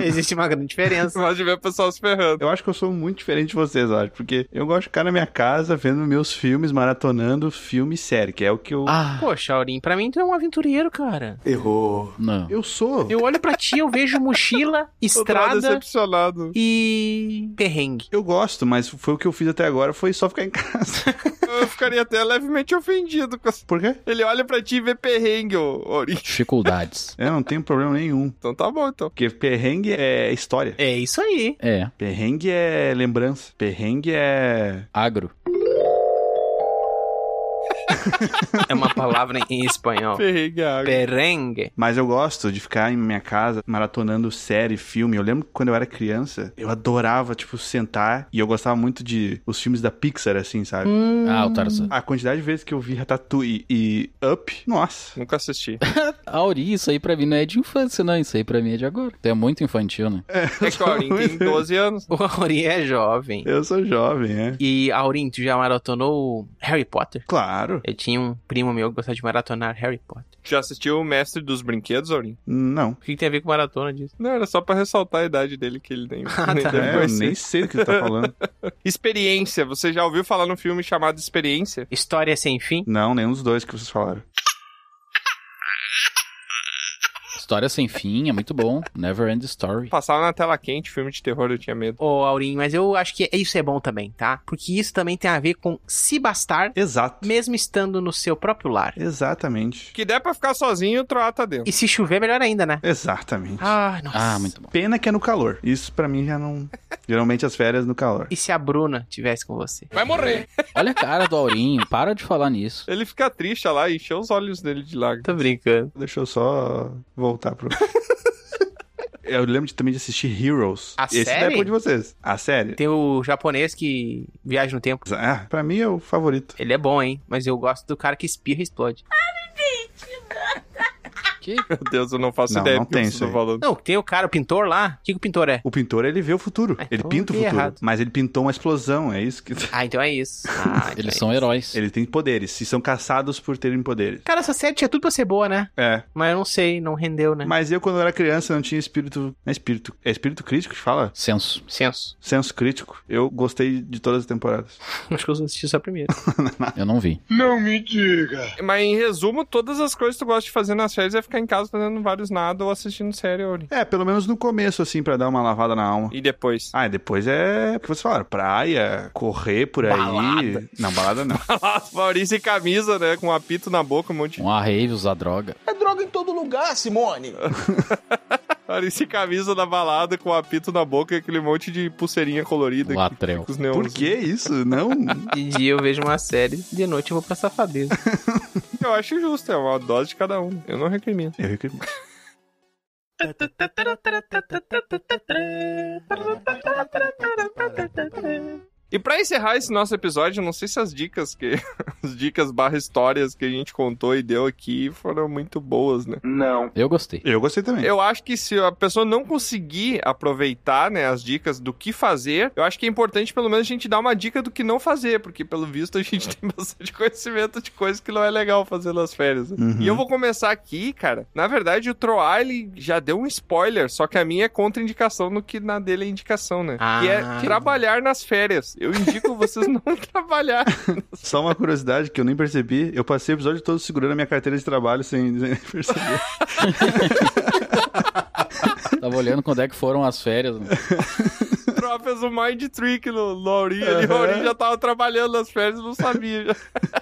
S3: Existe uma grande diferença.
S1: Gosto de ver o pessoal se ferrando.
S6: Eu acho que eu sou muito diferente de vocês, eu acho, porque eu gosto de ficar na minha casa vendo meus filmes, maratonando filme e série, que é o que eu.
S3: <laughs>
S2: Ah,
S3: Poxa, Aurim, pra mim tu é um aventureiro, cara.
S6: Errou.
S2: Não.
S6: Eu sou.
S3: Eu olho pra ti, eu vejo <laughs> mochila,
S1: Tô
S3: estrada
S1: decepcionado.
S3: e perrengue.
S6: Eu gosto, mas foi o que eu fiz até agora, foi só ficar em casa.
S1: Eu ficaria até levemente ofendido com essa.
S6: Por quê?
S1: Ele olha pra ti e vê perrengue, ô Ori.
S2: Dificuldades.
S6: Eu não tenho problema nenhum.
S1: Então tá bom, então.
S6: Porque perrengue é história.
S3: É isso aí.
S2: É.
S6: Perrengue é lembrança. Perrengue é.
S2: Agro.
S3: É uma palavra <laughs> em espanhol.
S1: Perrengue é água.
S3: Perrengue.
S6: Mas eu gosto de ficar em minha casa maratonando série, filme. Eu lembro que quando eu era criança, eu adorava, tipo, sentar e eu gostava muito de os filmes da Pixar, assim, sabe?
S3: Hum.
S2: Ah, o Tarzan.
S6: A quantidade de vezes que eu vi Ratatouille e Up, nossa.
S1: Nunca assisti.
S2: Auri, isso aí pra mim não é de infância, não. Isso aí pra mim é de agora. Tu é muito infantil, né?
S1: É que o Aurim
S6: <laughs>
S1: tem 12 anos.
S3: O Aurim é jovem.
S6: Eu sou jovem, né?
S3: E, Aurim, tu já maratonou Harry Potter?
S6: Claro.
S3: Eu tinha um primo meu que gostava de maratonar Harry Potter.
S1: Já assistiu o Mestre dos Brinquedos, Aurim?
S6: Não.
S3: O que, que tem a ver com maratona disso?
S1: Não, era só pra ressaltar a idade dele que ele nem, nem
S3: tá.
S1: deve
S6: É, eu
S1: conhecer.
S6: nem sei do que tu tá falando.
S1: Experiência. Você já ouviu falar num filme chamado Experiência?
S3: História sem fim?
S6: Não, nenhum dos dois que vocês falaram.
S2: História sem fim, é muito bom. Never End Story.
S1: Passava na tela quente, filme de terror, eu tinha medo.
S3: Ô, Aurim, mas eu acho que isso é bom também, tá? Porque isso também tem a ver com se bastar,
S6: Exato.
S3: mesmo estando no seu próprio lar.
S6: Exatamente.
S1: Que der pra ficar sozinho, o Troá tá dentro.
S3: E se chover, melhor ainda, né?
S6: Exatamente.
S3: Ah, nossa.
S2: Ah, muito bom.
S6: Pena que é no calor. Isso pra mim já não. Geralmente as férias no calor.
S3: E se a Bruna tivesse com você?
S15: Vai morrer.
S2: Olha a cara do Aurinho, para de falar nisso.
S1: Ele fica triste olha lá, encheu os olhos dele de lágrimas.
S3: Tô brincando.
S6: Deixa eu só voltar pro. <laughs> eu lembro de- também de assistir Heroes.
S3: A
S6: Esse
S3: série?
S6: é de vocês. A série.
S3: Tem o japonês que viaja no tempo.
S6: Ah, pra mim é o favorito.
S3: Ele é bom, hein? Mas eu gosto do cara que espirra e explode.
S2: Que?
S1: Meu Deus, eu não faço
S6: Tá. Não,
S1: ideia
S6: não
S1: do que
S6: tem
S1: vocês
S6: isso
S1: estão
S6: aí.
S1: falando.
S3: Ah, Não, tem o cara, o pintor lá. O que, que o pintor é?
S6: O pintor, ele vê o futuro.
S3: Ah,
S6: ele
S3: então
S6: pinta o
S3: eu vi
S6: futuro.
S3: errado.
S6: Mas ele pintou uma explosão, é isso que... <laughs>
S3: Ah, então
S2: <laughs>
S3: é isso. Ah, então
S2: Eles
S3: é
S2: são
S3: isso.
S2: heróis.
S6: Ele tem poderes, e são caçados por terem poderes.
S3: Cara, essa série tinha tudo pra ser boa, né?
S6: É.
S3: Mas eu não sei, não rendeu, né?
S6: Mas eu, quando eu era criança, não tinha espírito... Não é espírito... É espírito crítico que fala?
S2: Senso.
S3: Senso.
S6: Senso crítico. Eu gostei de todas as temporadas.
S3: Acho que eu assisti só a primeira.
S2: Eu não vi.
S1: Mas em resumo, todas as coisas que tu gosta de fazer nas férias é ficar em casa fazendo vários nada ou assistindo série, Ori.
S6: É, pelo menos no começo, assim, pra dar uma lavada na alma.
S1: E depois?
S6: Ah, e depois é o que vocês falaram, praia, correr por aí.
S1: Balada.
S6: Não,
S1: <laughs>
S6: balada não.
S1: Maurício em camisa, né? Com um apito na boca, um monte de.
S2: Um arreio usar droga.
S16: É droga em todo lugar, Simone.
S1: Maurício em camisa na balada, com um apito na boca e aquele monte de pulseirinha colorida. que
S2: Latrel.
S1: fica os neons.
S6: Por que isso? Não.
S3: De dia eu vejo uma série, de noite eu vou pra safadeza.
S1: Eu acho justo, é uma dose de cada um. Eu não recrimino.
S6: Eu reclamo.
S1: E pra encerrar esse nosso episódio, eu não sei se as dicas que. <laughs> as dicas barra histórias que a gente contou e deu aqui foram muito boas, né?
S14: Não.
S2: Eu gostei.
S6: Eu gostei também.
S1: Eu acho que se a pessoa não conseguir aproveitar, né, as dicas do que fazer, eu acho que é importante pelo menos a gente dar uma dica do que não fazer, porque pelo visto a gente <laughs> tem bastante conhecimento de coisas que não é legal fazer nas férias. né?
S6: Uhum.
S1: E eu vou começar aqui, cara. Na verdade, o Troá, ele já deu um spoiler, só que a minha é contraindicação no que na dele é indicação, né?
S3: Ah.
S1: que é trabalhar nas férias. Eu indico vocês não <laughs> trabalhar.
S6: Só uma curiosidade que eu nem percebi. Eu passei o episódio todo segurando a minha carteira de trabalho sem, <laughs> sem perceber.
S2: Tava olhando quando é que foram as férias. né?
S1: O Troá fez um mind trick no Laurinho. Ele O Laurinho já tava trabalhando nas férias e não sabia. já.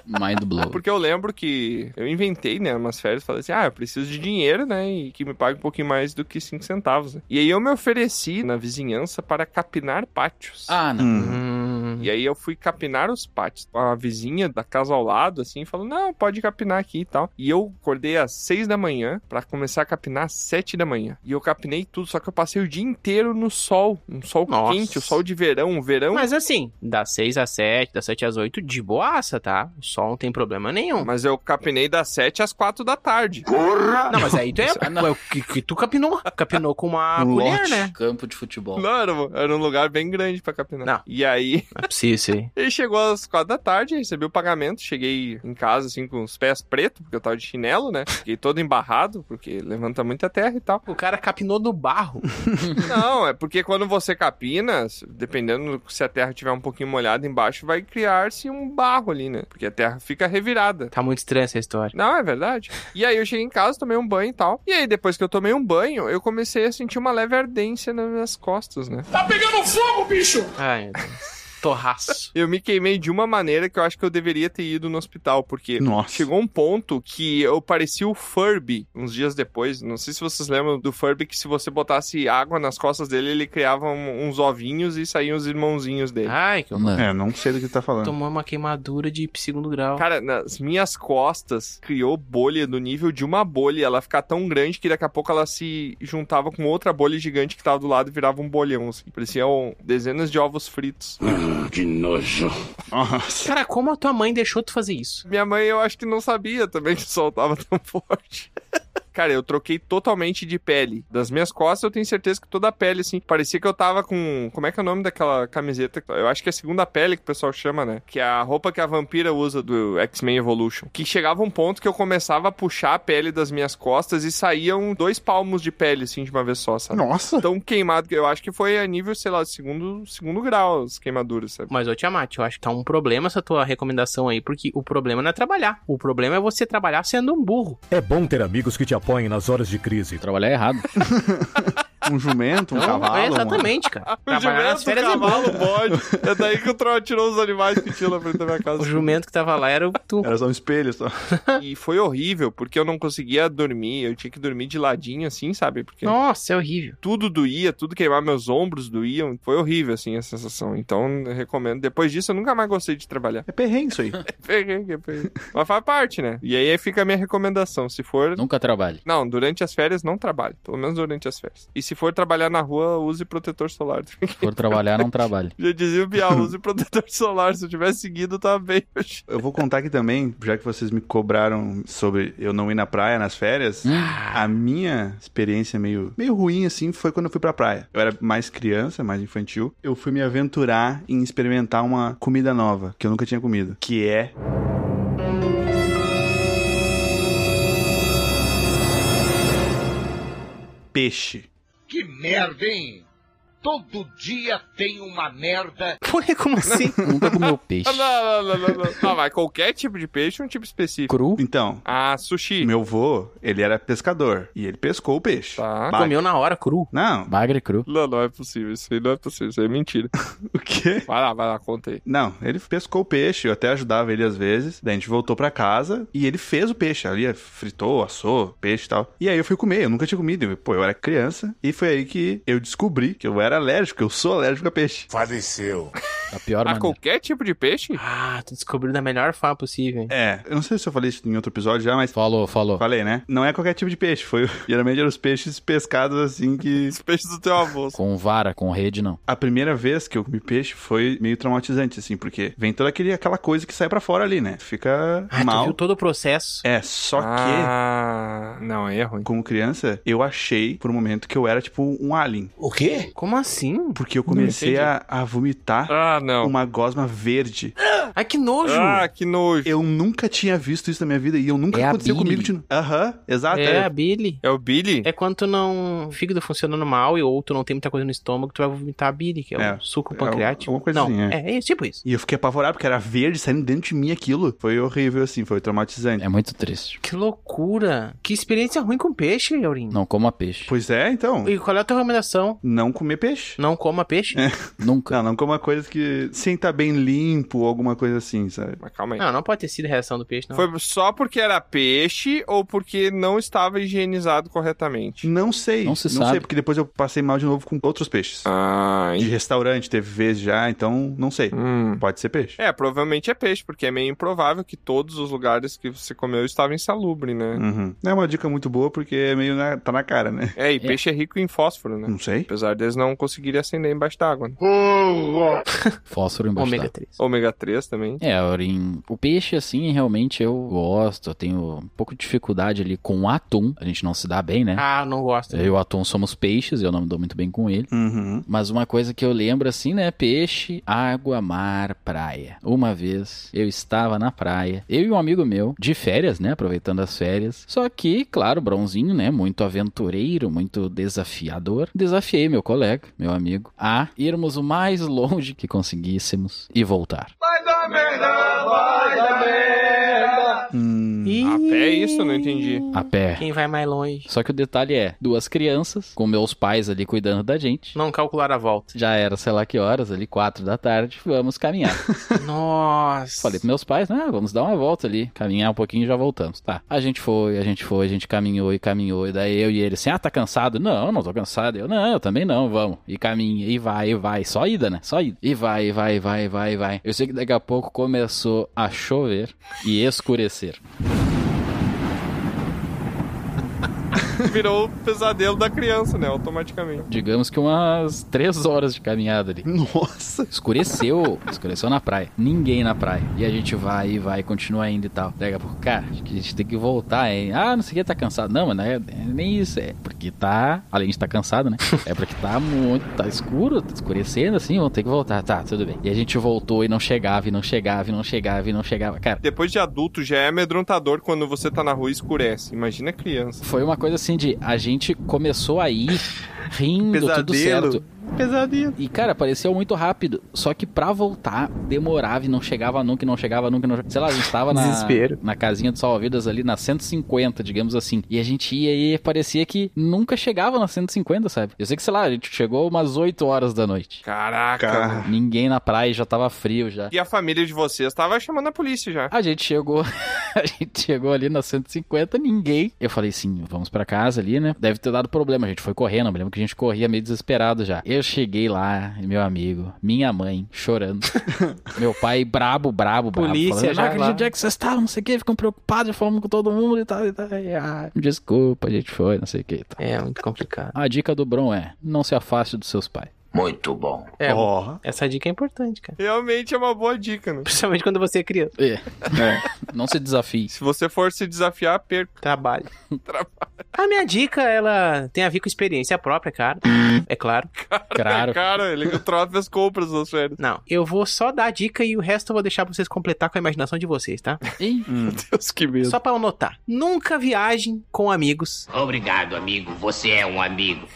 S2: Mind blow.
S1: Porque eu lembro que eu inventei, né, umas férias, falei assim, ah, eu preciso de dinheiro, né, e que me pague um pouquinho mais do que 5 centavos, né? E aí eu me ofereci na vizinhança para capinar pátios.
S2: Ah, não.
S6: Hum.
S3: Hum,
S1: E aí eu fui capinar os pátios. A vizinha da casa ao lado, assim, falou: não, pode capinar aqui e tal. E eu acordei às seis da manhã pra começar a capinar às sete da manhã. E eu capinei tudo, só que eu passei o dia inteiro no sol. Um sol
S3: Nossa.
S1: quente, o sol de verão, um verão.
S3: Mas assim, das 6 às 7, das 7 às 8, de boaça, tá? O sol não tem problema nenhum.
S1: Mas eu capinei das 7 às 4 da tarde.
S3: Porra! Não, mas aí tu é. Ué, o que, que tu capinou? Capinou com <laughs> uma
S1: Um
S3: colher,
S1: lote.
S3: né?
S2: Campo de futebol.
S1: Não, era, um- era um lugar bem grande pra capinar.
S3: Não.
S1: E aí, <laughs>
S3: Não é possível isso aí.
S1: ele chegou às quatro da tarde, recebi o pagamento, cheguei em casa, assim, com os pés pretos, porque eu tava de chinelo, né? Fiquei todo embarrado, porque levanta muita terra e tal.
S3: O cara capinou no barro.
S1: Não, é porque quando você capina, dependendo se a terra tiver um pouquinho molhada embaixo, vai criar-se um barro ali, né? Porque a terra fica revirada.
S3: <laughs> Tá muito estranha essa história.
S1: Não, é verdade. E aí eu cheguei em casa, tomei um banho e tal. E aí, depois que eu tomei um banho, eu comecei a sentir uma leve ardência nas minhas costas, né?
S16: Tá pegando fogo, bicho!
S3: Ai, meu Deus. Torraço.
S1: Eu me queimei de uma maneira que eu acho que eu deveria ter ido no hospital, porque
S6: Nossa.
S1: chegou um ponto que eu parecia o Furby uns dias depois. Não sei se vocês lembram do Furby que se você botasse água nas costas dele, ele criava um- uns ovinhos e saíam os irmãozinhos dele.
S3: Ai, que horror.
S2: Não.
S6: É, não sei do que tá falando.
S3: Tomou uma queimadura de segundo grau.
S1: Cara, nas minhas costas criou bolha do nível de uma bolha. Ela ficar tão grande que daqui a pouco ela se juntava com outra bolha gigante que tava do lado e virava um bolhão. Assim. Pareciam dezenas de ovos fritos.
S14: Que nojo.
S3: <laughs>
S6: Nossa.
S3: Cara, como a tua mãe deixou tu fazer isso?
S1: Minha mãe, eu acho que não sabia também que o sol tava tão <laughs> forte. Cara, eu troquei totalmente de pele. Das minhas costas, eu tenho certeza que toda a pele, assim, parecia que eu tava com. Como é que é o nome daquela camiseta? Eu acho que é a segunda pele que o pessoal chama, né? Que é a roupa que a vampira usa do X-Men Evolution. Que chegava um ponto que eu começava a puxar a pele das minhas costas e saíam dois palmos de pele, assim, de uma vez só, sabe?
S6: Nossa.
S1: Tão queimado que eu acho que foi a nível, sei lá, segundo, segundo grau as queimaduras, sabe?
S3: Mas, ô Tiamat, eu acho que tá um problema essa tua recomendação aí, porque o problema não é trabalhar. O problema é você trabalhar sendo um burro.
S17: É bom ter amigos que te apoiem nas horas de crise.
S2: Trabalhar é errado.
S6: Um jumento, um cavalo.
S3: é
S6: uma-
S3: exatamente, cara.
S1: <laughs> O
S3: trabalhar nas
S1: jumento,
S3: férias é
S1: cavalo,
S3: bom.
S1: bode. <laughs> É daí que o Troll tirou os animais que tinha na frente da minha
S3: O
S1: casa.
S3: jumento que tava lá era o tu.
S6: Era só um espelho, só.
S1: E foi horrível, porque eu não conseguia dormir. Eu tinha que dormir de ladinho, assim, sabe? Porque
S3: Nossa, é horrível.
S1: tudo doía, tudo queimava, meus ombros doíam. Foi horrível, assim, a sensação. Então, eu recomendo. Depois disso, eu nunca mais gostei de trabalhar. <laughs>
S6: É perrengue isso aí.
S1: Peguei, peguei. Mas faz parte, né? E aí fica a minha recomendação. Se for...
S2: Nunca trabalhe.
S1: Não, durante as férias, não trabalhe. Pelo menos durante as férias. E se for trabalhar na rua, use protetor solar. <laughs>
S2: Se for trabalhar, não trabalhe.
S1: Já dizia o <laughs> Bial, use protetor solar. Se eu tivesse seguido, tava bem. hoje.
S6: Eu vou contar aqui também, já que vocês me cobraram sobre eu não ir na praia nas férias,
S2: Hum,
S6: a minha experiência meio, meio ruim, assim, foi quando eu fui pra praia. Eu era mais criança, mais infantil. Eu fui me aventurar em experimentar uma comida nova, que eu nunca tinha comido, que é... Peixe.
S14: Que merda, hein? Todo dia tem uma merda.
S3: Pô, como assim?
S2: Nunca comeu peixe.
S1: Ah, não, não, não, não, não. Não, mas qualquer tipo de peixe é um tipo específico.
S2: Cru?
S6: Então,
S1: Ah, sushi.
S6: meu vô, ele era pescador, e ele pescou o peixe.
S1: Tá.
S6: Bah-
S3: Comeu na hora, cru.
S6: Não,
S2: Bagre cru.
S1: Não, não é possível. Isso aí não é possível. Isso aí é mentira.
S6: o quê?
S1: Vai lá, vai lá, conta aí.
S6: Não, ele pescou o peixe, eu até ajudava ele às vezes. Daí a gente voltou pra casa e ele fez o peixe ali, fritou, assou, peixe e tal. E aí eu fui comer, eu nunca tinha comido. eu- Pô, eu era criança. E foi aí que eu descobri que eu era alérgico, eu sou alérgico a peixe.
S14: Faleceu.
S2: A pior
S1: A
S2: maneira.
S1: qualquer tipo de peixe?
S3: Ah, tu descobriu da melhor forma possível. hein?
S6: É, eu não sei se eu falei isso em outro episódio já, mas.
S2: Falou, falou.
S6: Falei, né? Não é qualquer tipo de peixe, foi. <laughs> Geralmente eram os peixes pescados assim que.
S1: Os peixes do teu avô.
S2: Com vara, com rede, não.
S6: A primeira vez que eu comi peixe foi meio traumatizante, assim, porque vem toda aquele, aquela coisa que sai pra fora ali, né? Fica
S3: Ah, tu
S6: mal.
S3: viu todo o processo.
S6: É, só que.
S1: Ah, não, é ruim.
S6: Como criança, eu achei por um momento que eu era tipo um alien.
S14: O quê?
S3: Como assim?
S6: Porque eu comecei a, a vomitar
S1: Ah, não.
S6: uma gosma verde.
S3: Ai, que nojo.
S1: Ah, que nojo.
S6: Eu nunca tinha visto isso na minha vida e eu nunca
S2: É a
S6: aconteceu
S2: bile.
S6: comigo de novo. Aham, exato.
S3: é,
S6: é.
S3: a Billy.
S1: É o Billy?
S3: É quando tu não. O fígado funcionando mal e ou tu não tem muita coisa no estômago, tu vai vomitar a Billy, que é,
S6: É,
S3: um suco
S6: é
S3: pancreático.
S6: alguma coisa
S3: não,
S6: assim,
S3: é. é tipo isso.
S6: E eu fiquei apavorado porque era verde saindo dentro de mim aquilo. Foi horrível assim, foi traumatizante.
S2: É muito triste.
S3: Que loucura. Que experiência ruim com peixe, Aurinho.
S2: Não coma peixe.
S6: Pois é, então,
S3: E qual é a tua recomendação?
S6: não comer peixe.
S3: Não coma peixe?
S2: Nunca.
S6: Não, não coma coisas que de sem estar bem limpo, alguma coisa assim, sabe?
S1: Mas calma aí.
S3: Não, não pode ter sido reação do peixe, não.
S1: Foi só porque era peixe ou porque não estava higienizado corretamente?
S6: Não sei.
S2: Não se
S6: não
S2: sabe.
S6: sei, porque depois eu passei mal de novo com outros peixes.
S1: Ah,
S6: De restaurante, teve vezes já, então não sei.
S1: Hum.
S6: Pode ser peixe.
S1: É, provavelmente é peixe, porque é meio improvável que todos os lugares que você comeu estavam insalubre, né?
S6: Uhum. É uma dica muito boa porque é meio na- tá na cara, né?
S1: É, e peixe é rico em fósforo, né?
S6: Não sei.
S1: Apesar deles não conseguirem acender embaixo d'água. Né?
S2: Fósforo embaixo
S3: Ômega
S2: d'água.
S3: 3.
S1: Ômega 3 também.
S2: É, Aurim, o peixe, assim, realmente eu gosto. Eu tenho um pouco de dificuldade ali com o atum. A gente não se dá bem, né?
S3: Ah, não gosto.
S2: Eu e o atum somos peixes, eu não me dou muito bem com ele.
S6: Uhum.
S2: Mas uma coisa que eu lembro, assim, né? Peixe, água, mar, praia. Uma vez eu estava na praia, eu e um amigo meu, de férias, né? Aproveitando as férias. Só que, claro, bronzinho, né? Muito aventureiro, muito desafiador. Desafiei meu colega, meu amigo, a irmos o mais longe que conseguíssemos e voltar.
S6: Hum,
S3: Ih,
S1: A pé é isso, eu não entendi.
S2: A pé.
S3: Quem vai mais longe?
S2: Só que o detalhe é, duas crianças, com meus pais ali cuidando da gente.
S3: Não calcular a volta.
S2: Já era, sei lá que horas, ali, quatro da tarde, vamos caminhar.
S3: <laughs> Nossa.
S2: Falei pros meus pais, né? Vamos dar uma volta ali, caminhar um pouquinho e já voltamos. Tá. A gente foi, a gente foi, a gente caminhou e caminhou. E daí eu e ele assim, ah, tá cansado? Não, não tô cansado. Eu, não, eu também não, vamos. E caminha, e vai, e vai. Só ida, né? Só ida. E vai, e vai, e vai, e vai, e vai. Eu sei que daqui a pouco começou a chover e escurecer.
S1: Virou o pesadelo da criança, né? Automaticamente.
S2: Digamos que umas três horas de caminhada ali.
S6: Nossa.
S2: Escureceu, escureceu na praia. Ninguém na praia. E a gente vai e vai, continua indo e tal. Pega por cara, acho que a gente tem que voltar, hein? Ah, não sei o que, tá cansado. Não, mas não é, é nem isso. É porque tá. Além de estar tá cansado, né? É porque tá muito. Tá escuro, tá escurecendo assim, vamos ter que voltar. Tá, tudo bem. E a gente voltou e não chegava, e não chegava, e não chegava, e não chegava. Cara,
S1: Depois de adulto já é amedrontador quando você tá na rua e escurece. Imagina criança.
S2: foi uma coisa assim de. A gente começou a ir rindo, tudo
S6: Pesadelo.
S2: certo.
S3: Pesadinho.
S2: E, cara, pareceu muito rápido. Só que pra voltar, demorava e não chegava nunca, e não chegava nunca. e Não... Sei lá, a gente tava na,
S3: Desespero.
S2: na casinha de salva-vidas ali, na 150, digamos assim. E a gente ia e parecia que nunca chegava na 150, sabe? Eu sei que, sei lá, a gente chegou umas 8 horas da noite.
S1: Caraca.
S6: Cara.
S2: Ninguém na praia, já tava frio já.
S1: E a família de vocês tava chamando a polícia já.
S2: A gente chegou, <laughs> a gente chegou ali na 150, ninguém. Eu falei assim, vamos pra casa ali, né? Deve ter dado problema, a gente foi correndo, eu me lembro que a gente corria meio desesperado já. Eu cheguei lá, meu amigo, minha mãe
S3: <laughs>
S2: chorando. meu pai brabo, brabo, brabo.
S3: Polícia
S2: falando,
S3: já
S2: não acredito
S3: lá.
S2: onde é que vocês estavam, não sei o que, ficam preocupados, falamos com todo mundo e tal, e tal. E, ah, desculpa, a gente foi, não sei o que e tal.
S3: É, muito complicado.
S2: A dica do Bron é, não se afaste dos seus pais.
S14: Muito bom.
S3: É,
S6: Ó.
S3: essa dica é importante, cara. <laughs>
S1: Realmente é uma boa dica, né?
S3: Principalmente quando você é criança.
S2: É,
S6: É.
S2: não se desafie.
S1: Se você for se desafiar, perca.
S2: <laughs>
S3: Trabalho. A minha dica, ela tem a ver com experiência própria, cara.
S2: Hum.
S3: É <laughs> claro.
S2: Claro.
S1: Cara, ele troca as compras das férias.
S3: Não, eu vou só dar a dica e o resto eu vou deixar pra vocês completar com a imaginação de vocês, tá?
S2: Ih,
S6: Hum.
S1: Meu Deus, que medo.
S3: Só pra eu notar. Nunca viajem com amigos.
S14: Obrigado, amigo. Você é um amigo.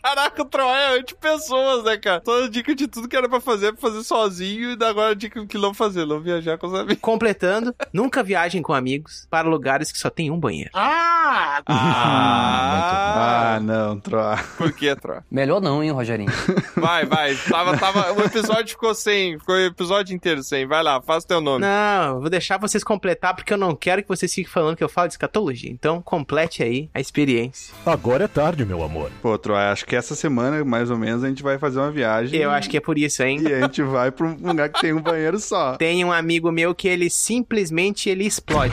S1: Caraca, o Troá é anti-pessoas, né, cara? Toda dica de tudo que era pra fazer, pra fazer sozinho, e agora a dica do que não fazer, não viajar com os amigos.
S3: Completando, nunca viajem com amigos para lugares que só tem um banheiro.
S14: Ah!
S6: Ah, não, troa.
S1: Por que, Troá?
S12: Melhor não, hein, Rogerinho?
S1: Vai, vai. Tava, tava, o episódio ficou sem, ficou o episódio inteiro sem. Vai lá, faz teu nome.
S3: Não, eu vou deixar vocês completar porque eu não quero que vocês fiquem falando que eu falo de escatologia. Então, complete aí a experiência.
S17: Agora é tarde, meu amor.
S6: Pô, Troa, acho que essa semana, mais ou menos, a gente vai fazer uma viagem.
S3: Eu acho que é por isso, hein?
S6: E a gente vai pra um lugar que tem um banheiro só.
S3: Tem um amigo meu que ele simplesmente ele explode.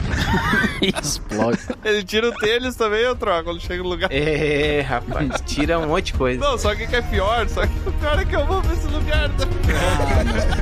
S2: explode.
S1: Ele tira o tênis também, ô Troá, quando chega no lugar.
S3: é, rapaz, tira um monte de coisa.
S1: Não, só que que é pior, só que o pior é que eu vou pra esse lugar. tá?